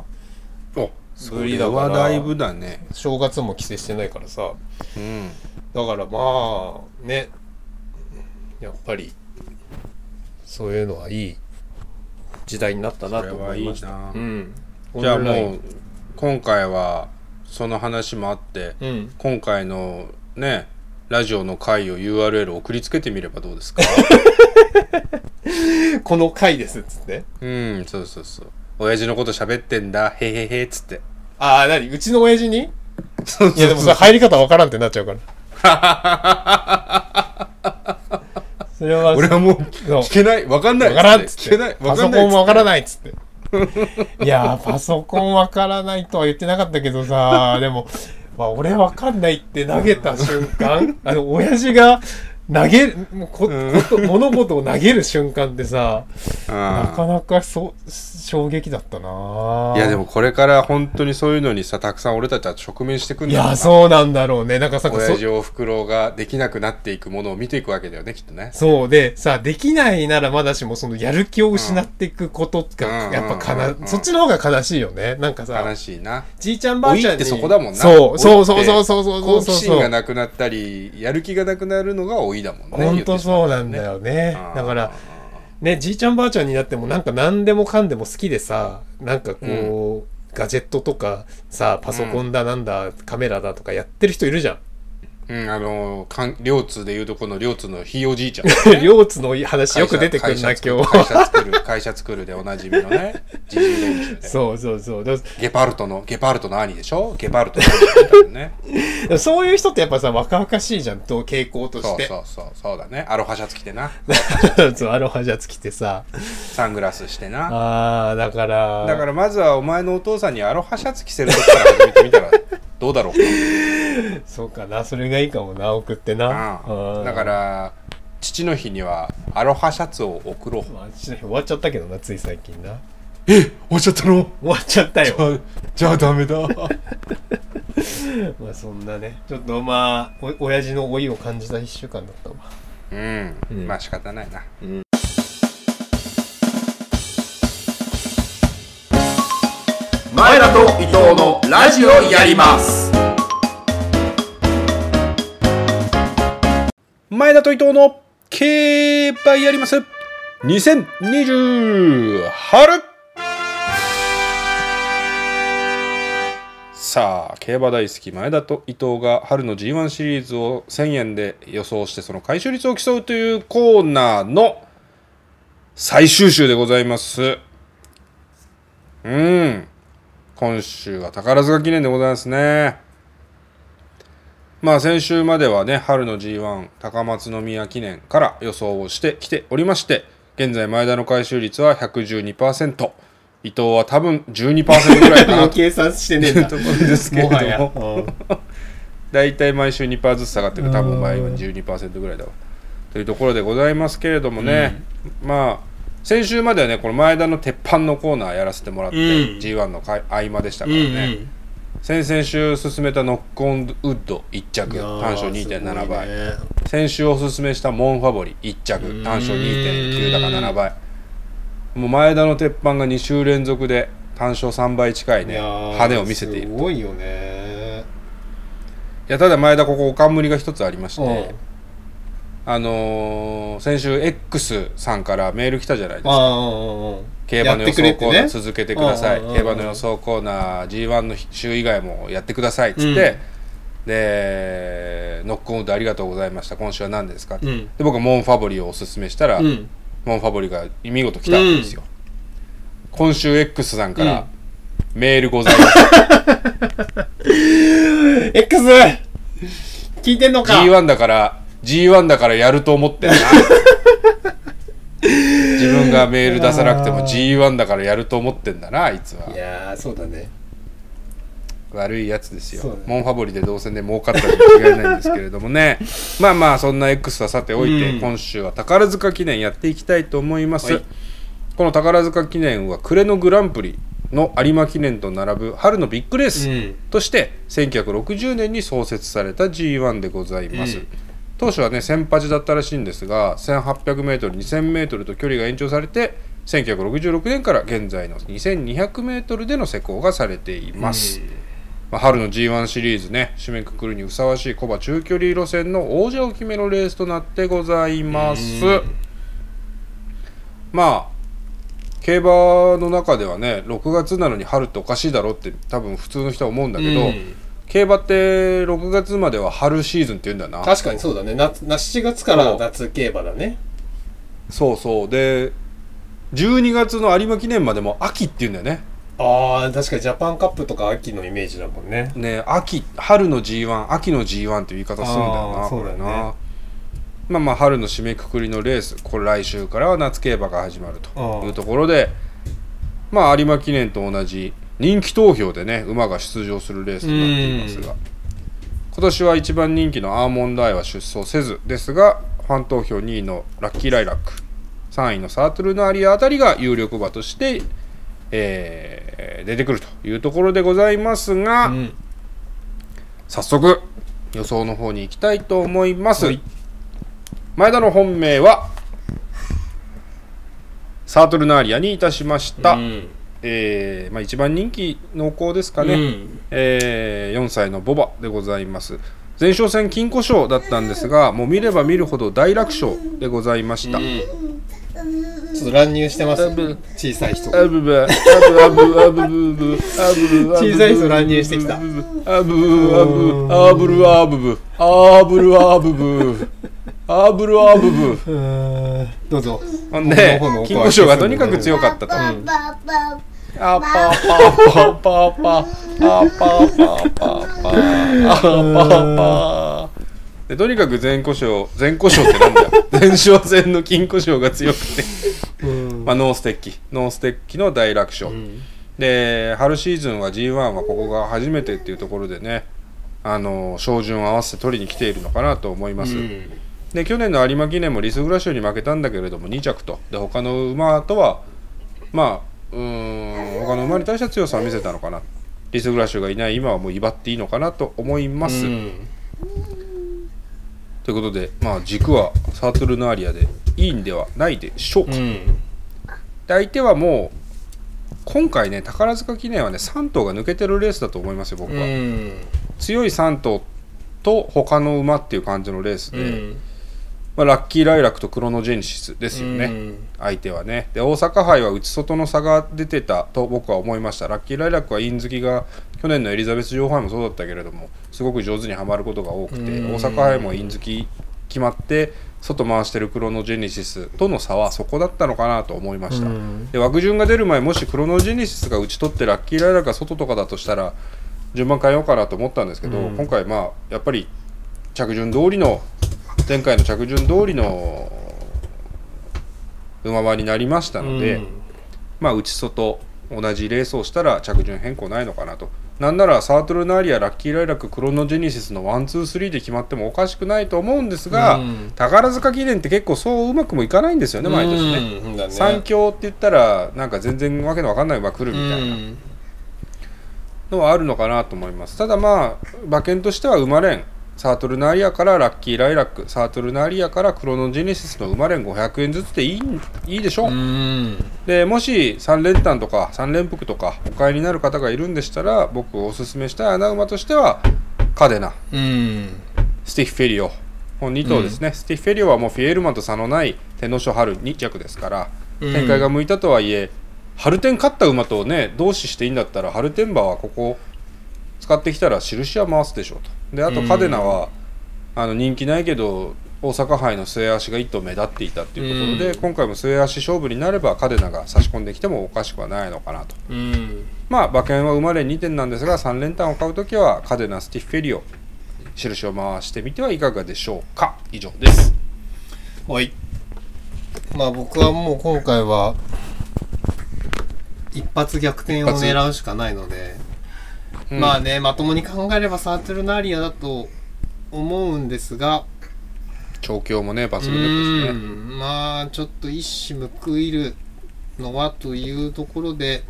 A: おそ
B: ぶ
A: れ
B: りだから
A: はだいぶだね
B: 正月も帰省してないからさ
A: うん
B: だからまあねやっぱりそういうのはいい時代になったなと思いました
A: それはいいな
B: うん、
A: じゃあ
B: オンライン
A: もう今回はその話もあって、
B: うん
A: 今回のね ラジオの回を URL 送りつけてみればどうですか
B: この回ですっつって
A: うんそうそうそう親父のこと喋ってんだへへへっつって
B: ああ何うちの親父に
A: そうそう
B: いやでもそれ入り方わからんってなっちゃうからそれ は
A: 俺はもう
B: そう
A: 聞けないわかんない
B: わからんっつって
A: 聞けないわ
B: パ
A: か
B: ソ
A: んないっつっ
B: コン
A: て
B: もわからないっつって。いやー、パソコンわからないとは言ってなかったけどさ、でも、まあ、俺わかんないって投げた瞬 間、あの、親父が投げる、もうここと物事を投げる瞬間ってさ、なかなかそう、衝撃だったな
A: うんいやでもこれから本当にそういうのにさたくさん俺たちは直面してくん
B: い
A: だろう
B: や、
A: な
B: そうなんだろうね。なんかさ、
A: 親
B: そ
A: 父おふくろができなくなっていくものを見ていくわけだよねきっとね
B: そうで、さ、できないならまだしも、その、やる気を失っていくことが、
A: うん
B: やっぱ
A: うんうんうんう
B: 悲、
A: ん
B: そっちの方が悲しいよね。なんかさ、
A: 悲しいな
B: じいちゃんばあち
A: 老
B: ゃんに
A: いってそこだもんな
B: そうそ
A: 老
B: うそ
A: いっ
B: う
A: て
B: そうそうそうそ
A: 好
B: うそう
A: 奇心がなくなったりやる気がなくなるのが老いだもんね
B: 本当そうなんだよね
A: うん
B: だからねじいちゃんばあちゃんになってもなんか何でもかんでも好きでさなんかこう、ガジェットとかさパソコンだなんだ、カメラだとかやってる人いるじゃん
A: うんあのかん両津でいうとこの両津のひいおじいちゃん
B: 両津の話 よく出てくるな
A: 会社
B: 今日
A: 会社作る会社作るでおなじみの ねじじい連中で
B: そうそうそうだか
A: ゲパルトのゲパルトの兄でしょゲパルトの兄だもんね
B: らそういう人ってやっぱさ若々しいじゃんと傾向と
A: そ
B: し
A: う
B: て
A: そうそうそうだねアロハシャツ着て な
B: そうアロハシャツ着てさ
A: サングラスしてな
B: あーだから
A: だからまずはお前のお父さんにアロハシャツ着せるとこから始めてみたらどうだろ うか
B: そうかなそれがいいかもな送ってな
A: な
B: うん
A: だから父の日にはアロハシャツを送ろう
B: まあ、ちなみに終わっちゃったけどな、つい最近な。
A: おっしゃったの
B: 終わっちゃったよ。
A: じゃあダメだ
B: まあ、そんなね。ちょっとまあ、お親父の老いを感じた一週間だったわ。
A: うん、
B: ん
A: まあ仕方ないな
D: 前田と伊藤のラジオやります
A: 前田と伊藤の競馬やります2020春さあ競馬大好き前田と伊藤が春の G1 シリーズを1000円で予想してその回収率を競うというコーナーの最終週でございますうん今週は宝塚記念でございますねまあ先週まではね、春の G1 高松宮記念から予想をしてきておりまして、現在前田の回収率は112%、伊藤は多分12%ぐらいかなと
B: 計算してねえんだ。ところです
A: けれども
B: も。
A: 大体毎週2%ずつ下がってる多分前は12%ぐらいだわというところでございますけれどもね、まあ先週まではねこの前田の鉄板のコーナーやらせてもらって、
B: うん
A: G1 のかい合間でしたから
B: う
A: ね、
B: んうん。
A: 先々週勧めたノックオンウッド1着単勝2.7倍、先週おすすめしたモンファボリ1着単勝2.9だから7倍もう前田の鉄板が2週連続で単勝3倍近いね
B: 派
A: 派手を見せている
B: すごいよね。
A: いやただ前田ここお冠が一つありまして、
B: うん
A: あのー先週 X さんからメール来たじゃないです
B: あ
A: か
B: あ、うんうん。
A: 競馬の予想コーナー続けてください、
B: うんうんうん
A: 競馬の予想コーナー G1 の週以外もやってくださいっつって、でノックオンウッドありがとうございました今週は何ですかって、
B: うん
A: で僕はモンファボリをおすすめしたら、
B: うん。
A: モンファボリが見事来たんですよ、今週 X さんから、メールございます
B: X! 聞いてんのか
A: G1 だから G1 だからやると思ってんな自分がメール出さなくても G1 だからやると思ってんだなあいつはい
B: やー、そうだね。
A: 悪いやつです
B: そう
A: よ、
B: だね
A: モンファボリで動線で儲かったに違いないんですけれどもね まあまあそんな X はさておいて、
B: うん
A: 今週は宝塚記念やっていきたいと思います、
B: はい
A: この宝塚記念は暮れのグランプリの有馬記念と並ぶ春のビッグレース
B: うん
A: として1960年に創設された G1 でございます、
B: うん
A: 当初はね1008だったらしいんですが 1800m2000m と距離が延長されて1966年から現在の 2200m での施行がされています、まあ、春の G1 シリーズね締めくくるにふさわしいコバ中距離路線の王者を決めるレースとなってございます、まあ競馬の中ではね6月なのに春っておかしいだろうって多分普通の人は思うんだけど、
B: うん
A: 競馬って6月までは春シーズンって言うんだな
B: 確かにそうだね。夏、な7月から夏競馬だね。
A: そうそうで12月の有馬記念までも秋っていうんだよね
B: ああ確かにジャパンカップとか秋のイメージだもんね
A: ね秋春の G1 秋の G1 っていう言い方するんだよ
B: あ
A: な
B: ーそうだよね
A: これなまあまあ春の締めくくりのレースこれ来週からは夏競馬が始まるというところでまあ有馬記念と同じ人気投票でね馬が出場するレースとなっていますが今年は一番人気のアーモンドアイは出走せずですがファン投票2位のラッキーライラック3位のサートルのアリアあたりが有力馬として、えー出てくるというところでございますが、
B: ん
A: 早速予想の方に行きたいと思います、
B: はい
A: 前田の本命はサートルナーリアにいたしました、
B: うん
A: えーまあ、一番人気濃厚ですかね、
B: うん
A: えー4歳のボバでございます前哨戦金庫賞だったんですがもう見れば見るほど大楽勝でございました、
B: ちょっと乱入してます小さい人
A: あぶぶあぶあぶあぶぶぶあぶぶあぶぶ
B: 小さい人乱入してきた
A: あぶぶあぶあぶるあぶぶあぶるあぶぶあぶるあぶぶ
B: どうぞ
A: ほんで
B: ほのほの
A: 金庫賞がとにかく強かったとあパパパパあパパパパあパパでとにかく前故障前故障ってなんだよ前哨戦の金庫賞が強くてまあ、ノーステッキノーステッキの大楽勝、で春シーズンは g 1はここが初めてっていうところでねあの照準を合わせて取りに来ているのかなと思います、で去年の有馬記念もリス・グラッシュに負けたんだけれども2着とで他の馬とはまあうーん他の馬に対しては強さを見せたのかなリス・グラッシュがいない今はもう威張っていいのかなと思います、
B: うん
A: ということで、まあ、軸はサートルのアリアでいいんではないでしょうか、
B: うん
A: で相手はもう今回ね宝塚記念はね3頭が抜けてるレースだと思いますよ僕
B: う
A: は、
B: ん
A: 強い3頭と他の馬っていう感じのレースで、まあ、ラッキーライラクとクロノジェネシスですよね、
B: うん
A: 相手はねで大阪杯は内外の差が出てたと僕は思いましたラッキーライラクはイン好きが去年のエリザベス女王杯もそうだったけれどもすごく上手にはまることが多くて
B: うん
A: 大阪杯もイン好き決まって外回してるクロノジェネシスとの差はそこだったのかなと思いました
B: うん
A: で枠順が出る前もしクロノジェネシスが打ち取ってラッキーライラクが外とかだとしたら順番変えようかなと思ったんですけど、今回まあやっぱり着順通りの前回の着順通りの馬場になりましたので、まあ内外同じレースをしたら着順変更ないのかなとなんならサートルナーリアラッキーライラッククロノジェネシスのワンツースリーで決まってもおかしくないと思うんですが、
B: うん
A: 宝塚記念って結構そううまくもいかないんですよね毎年ね。
B: うんだね
A: 三強って言ったらなんか全然わけのわかんない馬来るみたいな
B: うん
A: のはあるのかなと思いますただまあ馬券としては馬連サートルナーリアからラッキーライラックサートルナーリアからクロノジェネシスの馬連500円ずつでいいんいいでしょう、
B: うん
A: でもし3連単とか3連服とかお買いになる方がいるんでしたら僕おすすめしたい穴馬としてはカデナ
B: うん
A: スティッフェリオこの2頭ですね、スティッフェリオはもうフィエルマンと差のない天皇賞春2着ですから、
B: うん
A: 展開が向いたとはいえ春天勝った馬とね同志していいんだったら春天馬はここ使ってきたら印は回すでしょうとであと
B: うん
A: カデナは、あの人気ないけど大阪杯の末足が1頭目立っていたっていうところで、
B: うん
A: 今回も末足勝負になればカデナが差し込んできてもおかしくはないのかなと
B: うん
A: まあ馬券は生まれ2点なんですが3連単を買うときはカデナスティッフェリオ印を回してみてはいかがでしょうか以上です
B: はいまあ僕はもう今回は一発逆転を狙うしかないので、
A: うん
B: まあねまともに考えればサートルナーリアだと思うんですが
A: 調教もね抜群
B: う
A: 力ですね
B: んまあちょっと一矢報いるのはというところで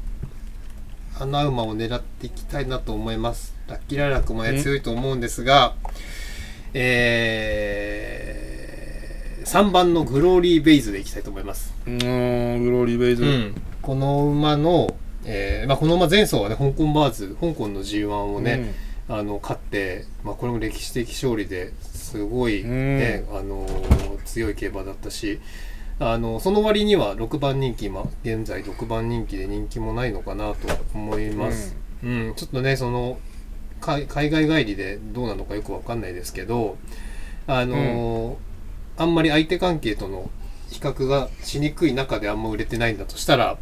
B: 穴馬を狙っていきたいなと思いますラッキーライラックもね
A: うん
B: 強いと思うんですがえー、3番のグローリーベイズでいきたいと思います
A: うーんグローリーベイズ、
B: うん、この馬の、えーまあ、この馬前走はね香港バーズ香港の g 1をね、あの勝って、まあ、これも歴史的勝利ですごい、ねあのー強い競馬だったしあのその割には6番人気今現在6番人気で人気もないのかなと思います、うんちょっとねその海海外帰りでどうなのかよくわかんないですけどあのーあんまり相手関係との比較がしにくい中であんま売れてないんだとしたら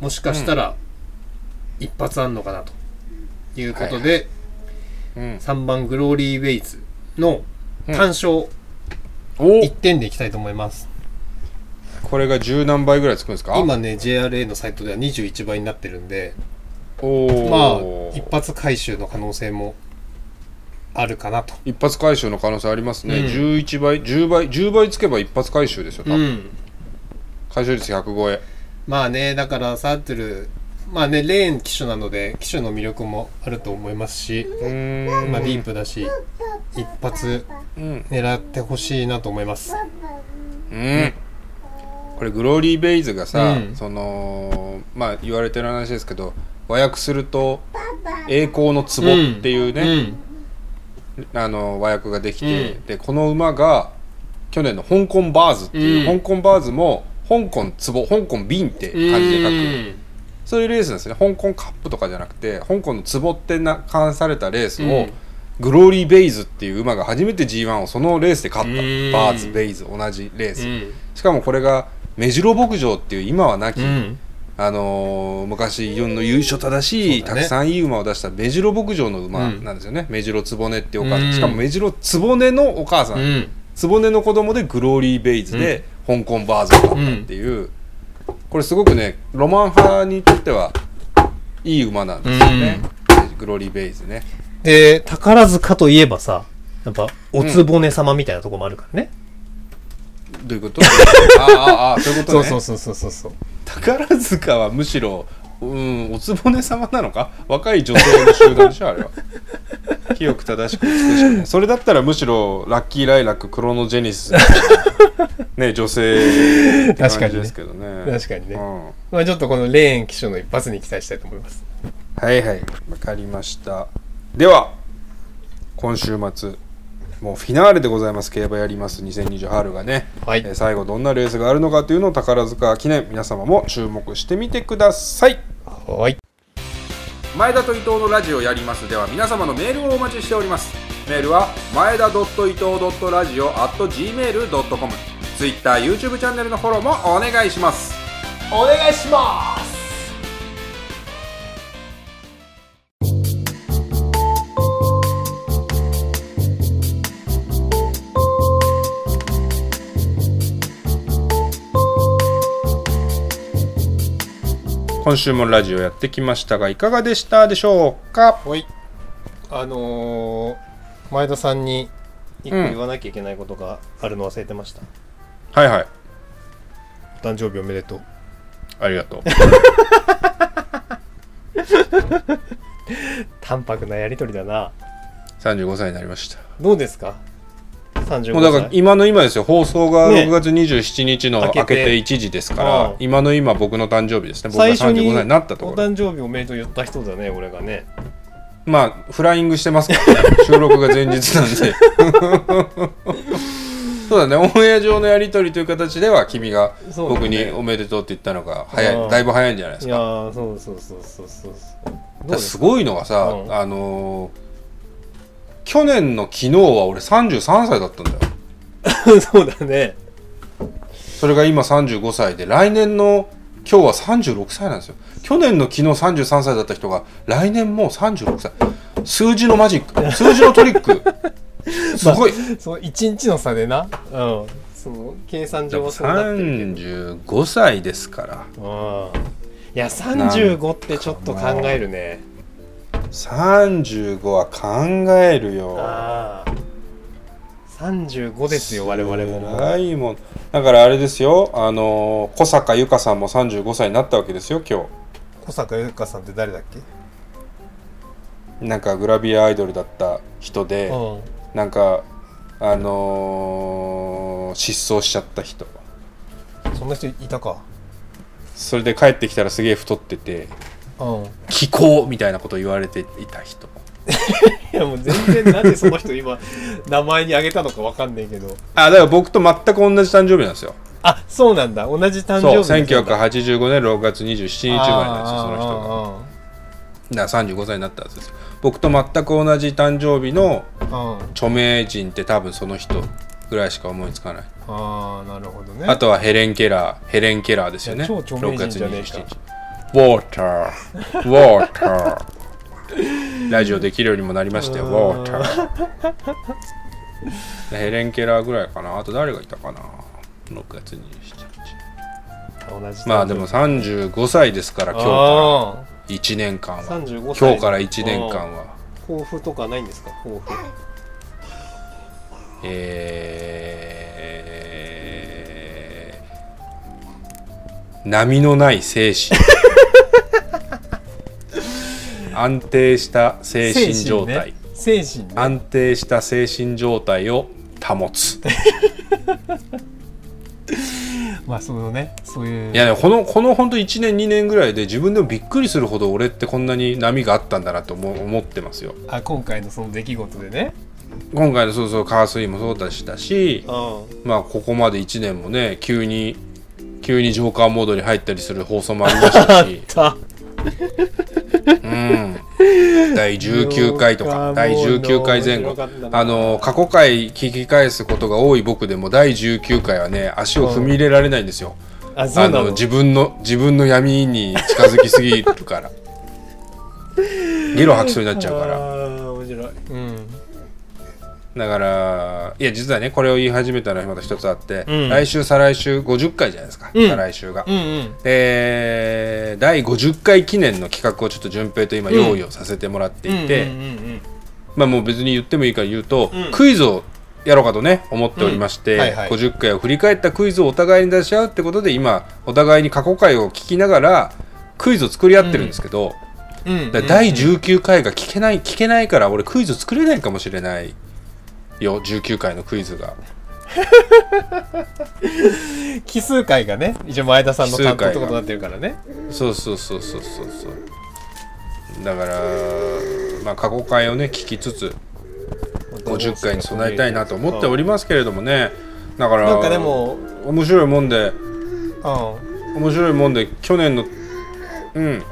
B: もしかしたら一発あんのかなということで、
A: うん、
B: 3番グローリーウェイズの単勝
A: お
B: 1点でいきたいと思います、
A: これが十何倍ぐらいつくんですか
B: 今ね JRA のサイトでは21倍になってるんで
A: おー
B: まあ一発回収の可能性もあるかなと
A: 一発回収の可能性ありますね、
B: うん
A: 11倍10倍10倍つけば一発回収ですよ、多分
B: ん
A: 回収率100超え
B: まあねだからサートゥルまあねレーン機種なので機種の魅力もあると思いますし、
A: うーん
B: まあ、ディープだし一発
A: うん
B: 狙ってほしいなと思います
A: うんこれグローリー・ベイズがさ、
B: うん
A: そのまあ言われてる話ですけど和訳すると「栄光の壺」っていう
B: う
A: ね、
B: ん
A: あの和訳ができて、
B: うん
A: でこの馬が去年の香港バーズっていう、
B: うん
A: 香港バーズも香港壺香港瓶って
B: うん
A: 感じで書く、そういうレースなんですね香港カップとかじゃなくて香港の壺ってな冠されたレースを、
B: うん
A: グローリー・ベイズっていう馬が初めて G1 をそのレースで勝った、
B: うん
A: バーズ・ベイズ同じレース、
B: うん
A: しかもこれが目白牧場っていう今はなき、
B: うん
A: あのー昔イオンの優勝正しい、
B: そう
A: た
B: だね
A: くさんいい馬を出した目白牧場の馬なんですよね、目白局っていうお母さん、
B: うん
A: しかも目白局のお母さん、
B: うん
A: 局の子供でグローリー・ベイズで香港バーズを買ったっていう、これすごくねロマン派にとってはいい馬なんですよね、グローリー・ベイズね
B: で宝塚といえばさやっぱおつぼね様みたいなとこもあるからね、
A: どういうこと ああああそういうことね
B: そうそうそうそう
A: 宝塚はむしろ、うん、おつぼね様なのか若い女性の集団でしょあれ は清く正しく美しくねそれだったらむしろラッキーライラッククロノジェニ スね女性って感じですけどね
B: 確かに
A: う
B: ね
A: ん、
B: まあちょっとこのレーン機種の一発に期待したいと思います
A: はいはいわかりましたでは今週末もうフィナーレでございます競馬やります2020春がね、
B: はい
A: えー最後どんなレースがあるのかというのを宝塚記念皆様も注目してみてください
B: はい
A: 前田と伊藤のラジオやりますでは皆様のメールをお待ちしておりますメールは前田伊藤ラジオ at gmail.com ツイッター YouTube チャンネルのフォローもお願いします
B: お願いします
A: 今週もラジオやってきましたがいかがでしたでしょうか
B: はいあのー前田さんに一個
A: うん
B: 言わなきゃいけないことがあるの忘れてました、
A: はいはい
B: お誕生日おめでとう
A: ありがとう
B: 淡白なやりとりだな
A: 35歳になりました
B: どうですか35歳
A: もうだから今の今ですよ放送が
B: ね
A: 6月27日の
B: 明
A: 明
B: け
A: け
B: て
A: て1時ですか
B: うん
A: ら今の今僕の誕生日ですね僕が
B: 最初に
A: 35歳になったと
B: お
A: ころ
B: 誕生日おめでとう言った人だね俺がね
A: まあフライングしてますからね 収録が前日なんで そうだねオンエア上のやり取りという形では君が
B: そうだね
A: 僕に「おめでとう」って言ったのが早
B: うん
A: いだいぶ早いんじゃないです
B: い
A: か
B: やーそうそうそうそうそうそ
A: だ
B: うどうで
A: からす
B: す
A: ごいのがさ、
B: うん
A: あのー去年の昨日は俺33歳だったんだよ
B: かそう だね
A: それが今35歳で来年の今日は36歳なんですよ去年の昨日33歳だった人が来年もう36歳数字のマジック数字のトリッ クすごい、
B: その1日の差でなうんその計算上はそうなってるけ
A: 35歳ですから
B: どうんいや35ってちょっと考えるね
A: 35は考えるよ
B: ああ35ですよ我々ももう
A: 辛いもんだからあれですよあのー小坂由香さんも35歳になったわけですよ今日
B: 小坂由香さんって誰だっけ
A: なんかグラビアアイドルだった人で、
B: うん
A: なんかあのー失踪しちゃった人
B: そんな人いたか
A: それで帰ってきたらすげえ太ってて
B: うん
A: 気候みたいなこと言われていた人
B: いやもう全然なんでその人 今名前に挙げたのかわかんないけど
A: あだから僕と全く同じ誕生日なんですよ
B: あそうなんだ同じ誕
A: そう
B: 生日
A: 1985年6月27日生まれなんですよその人が
B: の
A: だから35歳になったはずです僕と全く同じ誕生日の
B: 人がうん
A: 著名人って多分その人ぐらいしか思いつかない
B: ああなるほどね
A: あとはヘレン・ケラーヘレン・ケラーですよね
B: いや超著名
A: 6
B: 人
A: 月
B: じゃねえ
A: 27
B: か
A: 日ウォーターウォーター ラジオできるようにもなりましたよウォーターヘレン・ケラーぐらいかなあと誰がいたかな6月27日
B: 同じ
A: まあでも35歳ですから今日か
B: あ
A: ら1年間
B: あ
A: は
B: 35歳
A: 今日から1年間は
B: 抱負とかないんですか抱負
A: えー、波のない精 神安定した 精神状態、
B: 精神ね精神ね
A: 安定した精神状態を保つ
B: まあそのねそういう
A: いやねこのこのほんと1年2年ぐらいで自分でもびっくりするほど俺ってこんなに波があったんだなと思思ってますよ
B: あ今回のその出来事でね
A: 今回のそうそうカースイもそうだしたし
B: うん
A: まあここまで1年もね急に急にジョーカーモードに入ったりする放送もありました し
B: た
A: うん、第19回と
B: ジョ
A: か
B: ーカーモード
A: 第19回前
B: 面
A: 後
B: 白かったな
A: あの過去回聞き返すことが多い僕でも第19回はね足を踏み入れられないんですよ、
B: あそう
A: あ
B: なの
A: の自分の自分の闇に近づきすぎるから ゲロ吐きそうになっちゃうから
B: あー面白いうん
A: だからいや実はねこれを言い始めたのはまた一つあって、
B: うん
A: 来週再来週50回じゃないですか、
B: うん
A: 再来週が、
B: うんうん
A: えー第50回記念の企画をちょっと順平と今用意をさせてもらっていて、
B: うんうんうんうん
A: まあもう別に言ってもいいから言うと、
B: うん
A: クイズをやろうかとね思っておりまして、
B: うんはいはい
A: 50回を振り返ったクイズをお互いに出し合うってことで今お互いに過去回を聞きながらクイズを作り合ってるんですけど、
B: うんうん
A: だから第19回が聞けない聞けないから俺クイズ作れないかもしれないよ19回のクイズが
B: 奇数回がね一応前田さんの担当ってことになってるからね
A: そうそうそうそうそうそうだからまあ過去回をね聞きつつ50回に備えたいなと思っておりますけれどもねだから
B: なんかでも
A: 面白いもんで
B: うん
A: 面白いもんで去年のうん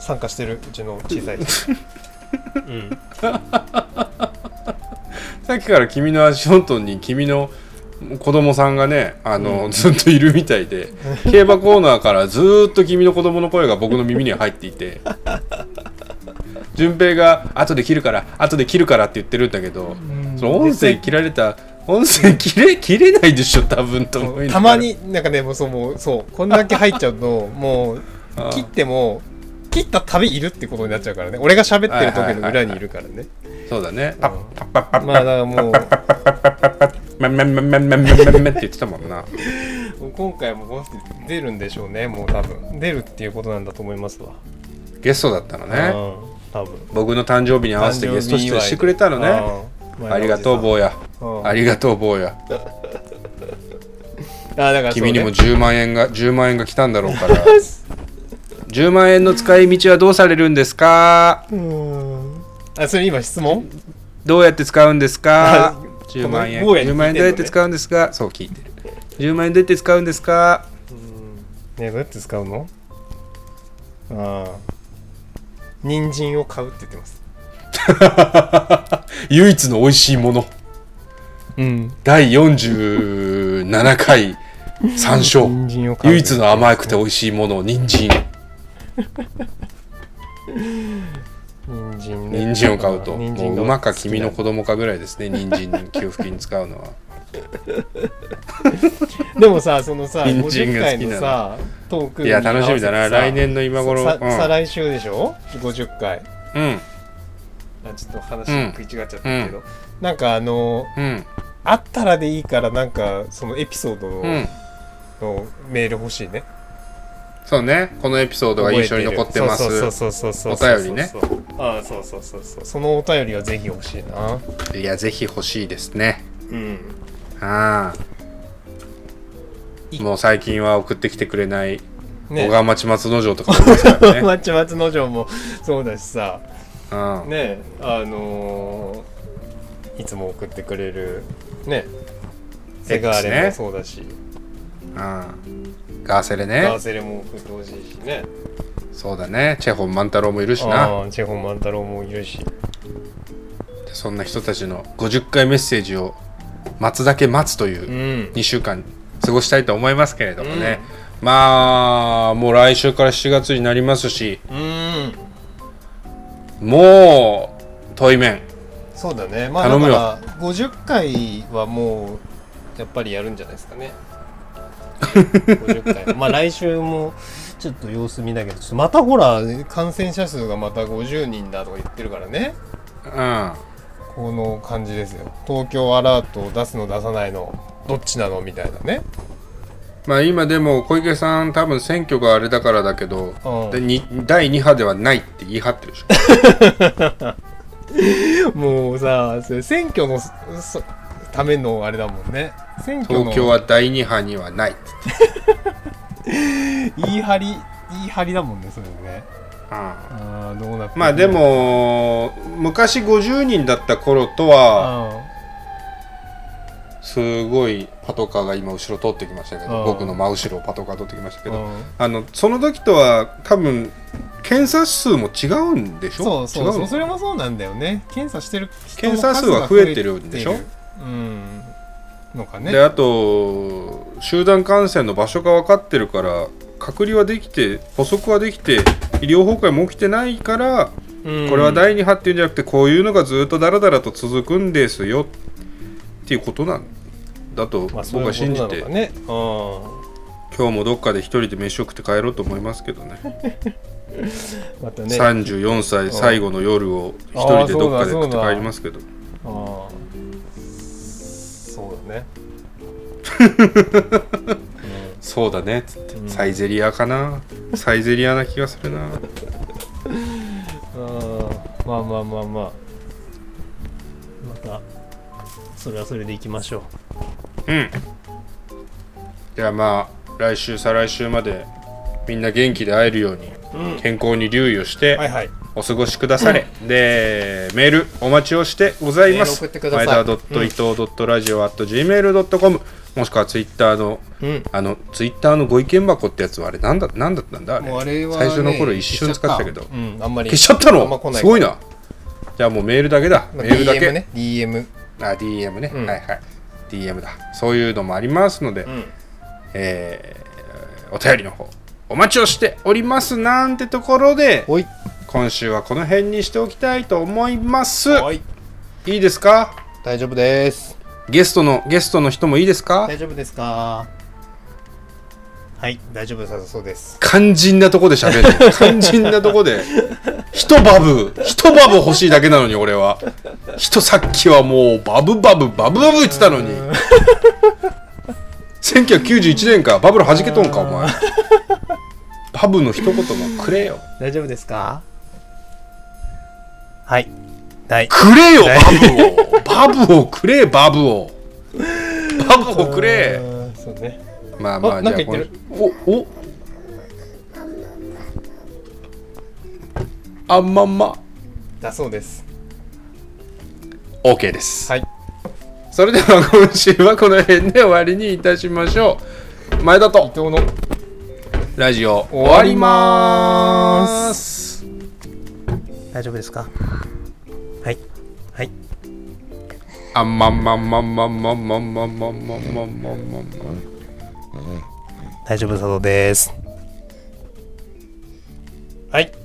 B: 参加してるうちの小さいうん
A: さっきから君の足元に君の子供さんがねあの、ずっといるみたいで競馬コーナーからずーっと君の子供の声が僕の耳には入っていて順平が「後で切るから後で切るから」って言ってるんだけど、その音声切られた音声切れ切れないでしょ多分と思いな
B: た
A: がら
B: まになんかねもうそうもうそうこんだけ入っちゃう ともう
A: ああ
B: 切っても切ったたびいるってことになっちゃうからね俺が喋ってる時の裏にいるからね
A: そうだねパッパッパッパッ
B: まあだからもう
A: メンメンメンメンメンメンメンメンって言ってたもんな
B: 今回もこの人出るんでしょうねもう多分出るっていうことなんだと思いますわ
A: ゲストだったの
B: うん
A: ね
B: 多分
A: 僕の誕生日に合わせてゲスト出演してくれたのね
B: うん
A: ありがとう坊や
B: うん
A: ありがとう坊や
B: あだからそうね
A: 君にも10万円が10万円が来たんだろう から10万円の使い道はどうされるんですか
B: あそれ今質問
A: どうやって使うんです か10万円
B: この坊やに
A: 10
B: 聞いてんのね
A: 万円どうやって使うんですかそう聞いてる10万円どう やって使うんですか
B: ねどうやって使うのああ人参を買うって言ってます
A: 唯一の美味しいもの
B: うん
A: 第47回参照
B: 人参を買う
A: 唯一の甘くて美味しいもの人参
B: 人参ね
A: 人参を買うと
B: 人
A: も
B: 参
A: う
B: が
A: 馬か君の子供かぐらいですね人参に給付金使う のは
B: でもさそのさ
A: 人参
B: 50
A: が好
B: 回
A: きなの
B: のさトーク
A: い
B: に
A: や楽しみだ
B: 合
A: な
B: わせてさ
A: 来年の今頃
B: さ
A: うん
B: 再来週でしょ50回
A: うん
B: あちょっと話食い違っちゃったけど、
A: う
B: なんかあの
A: うん
B: あったらでいいからなんかそのエピソードの,、
A: うん
B: メール欲しいね
A: そうねこのエピソードが印象に残ってます
B: そうそうそうそうそう
A: お便りね
B: ああそうそうそうそうそのお便りはぜひ欲しいない
A: やぜひ欲しいですね
B: うん
A: あ
B: い
A: あもう最近は送ってきてくれない
B: ね
A: 小川町松之丞とかもいますから ね
B: マッチ松之丞もそうだしさ
A: うん
B: ねあのーいつも送ってくれるねセガーレもそうだし、
A: うんガーセレ
B: ガー
A: ね
B: セレも送ってほしいしね
A: そうだねチェホン万太郎もいるしな
B: ああチェホン万太郎もいるし
A: そんな人たちの50回メッセージを待つだけ待つという
B: うん
A: 2週間過ごしたいと思いますけれどもね、まあもう来週から7月になりますし
B: うん
A: もう対面
B: そうだねまあ
A: 頼む
B: だか
A: よ
B: ら50回はもうやっぱりやるんじゃないです かね50回まあ来週もちょっと様子見だけどちょっとまたほら感染者数がまた50人だとか言ってるからね
A: うん
B: この感じですよ東京アラートを出すの出さないのどっちなのみたいなね
A: まあ今でも小池さん多分選挙があれだからだけど、
B: うん
A: でに第2波ではないって言い張って るでしょ
B: もうさそれ選挙のそそためのあれだもんね選挙の
A: 東京は第2波にはないって言って
B: 言い張り言い張りだもんねそれね
A: うん
B: ああどうなって
A: まあでも昔50人だった頃とは
B: あ
A: すごいパトカーが今後ろ通ってきましたけ
B: う
A: ど
B: ん
A: 僕の真後ろをパトカー通ってきましたけど
B: うん
A: あのその時とは多分検査数も違うんでし
B: そ
A: ょ
B: うそう
A: 違
B: そう
A: の
B: それもそうなんだよね検査してる人の
A: 検
B: 数が
A: 査数は増えてるんでしょ
B: 増えてるうんのかね
A: であと集団感染の場所が分かってるから隔離はできて補足はできて医療崩壊も起きてないから
B: うん
A: これは第2波っていうんじゃなくてこういうのがずっとだらだらと続くんですよっていうことなんだと
B: まあ
A: 僕
B: そういう
A: は
B: こと
A: 信
B: な
A: じ
B: の
A: て
B: かねう
A: 今日もどっかで一人で飯食って帰ろうと思いますけどね
B: んまたね
A: 34歳最後の夜を一人でどっかで食って帰りますけど
B: あそうだね
A: そうだねっつってサイゼリアかなサイゼリアな気がするな
B: うんまあまあまあまあまたそれはそれでいきましょう
A: うんではまあ来週再来週までみんな元気で会えるように健康に留意をして、
B: はいはい
A: お過ごしくだされ、でメールお待ちをしてございます
B: メール送ってください
A: 前田伊藤ラジオ at gmail.com もしくはツイッターの、
B: うん
A: あのツイッターのご意見箱ってやつはあれなんだなんだったんだあれ
B: もうあれは、ね、
A: 最初の頃一瞬使ってたけど
B: 消しちゃったうんあんまり
A: 消しちゃった
B: あんま来
A: の
B: ない
A: すごいなじゃあもうメールだけだ
B: まあ
A: メールだけ、
B: DM ね DM
A: あ DM ね、
B: うん
A: はいはい DM だそういうのもありますので、
B: ん
A: えーお便りの方お待ちをしておりますなんてところで
B: おい
A: 今週はこの辺にしておきたいと思います
B: おい
A: いいですか
B: 大丈夫です
A: ゲストのゲストの人もいいですか
B: 大丈夫ですかはい大丈夫だそうです
A: 肝心なとこで喋る 肝心なとこで一バブ一バブ欲しいだけなのに俺は人さっきはもうバブバブバブバブ言ってたのに1991年かバブル弾けとんかお前バブの一言もくれよ
B: 大丈夫ですかはいはい
A: くれよバブを バブをくれバブをバブをくれ
B: うんそうね
A: まあまあ
B: あ
A: じ
B: な
A: ゃ
B: ん
A: あ
B: か言ってる
A: このおおあんまんま
B: だそうです
A: OK です、
B: はい
A: それでは今週はこの辺で終わりにいたしましょう前田と
B: どうの
A: ラジオ終わりまーす
B: 大丈夫ですかはいはい
A: あんまんまんまんまんまんまんまんまんまんまんまんまんまん
B: 大丈夫だそうですはい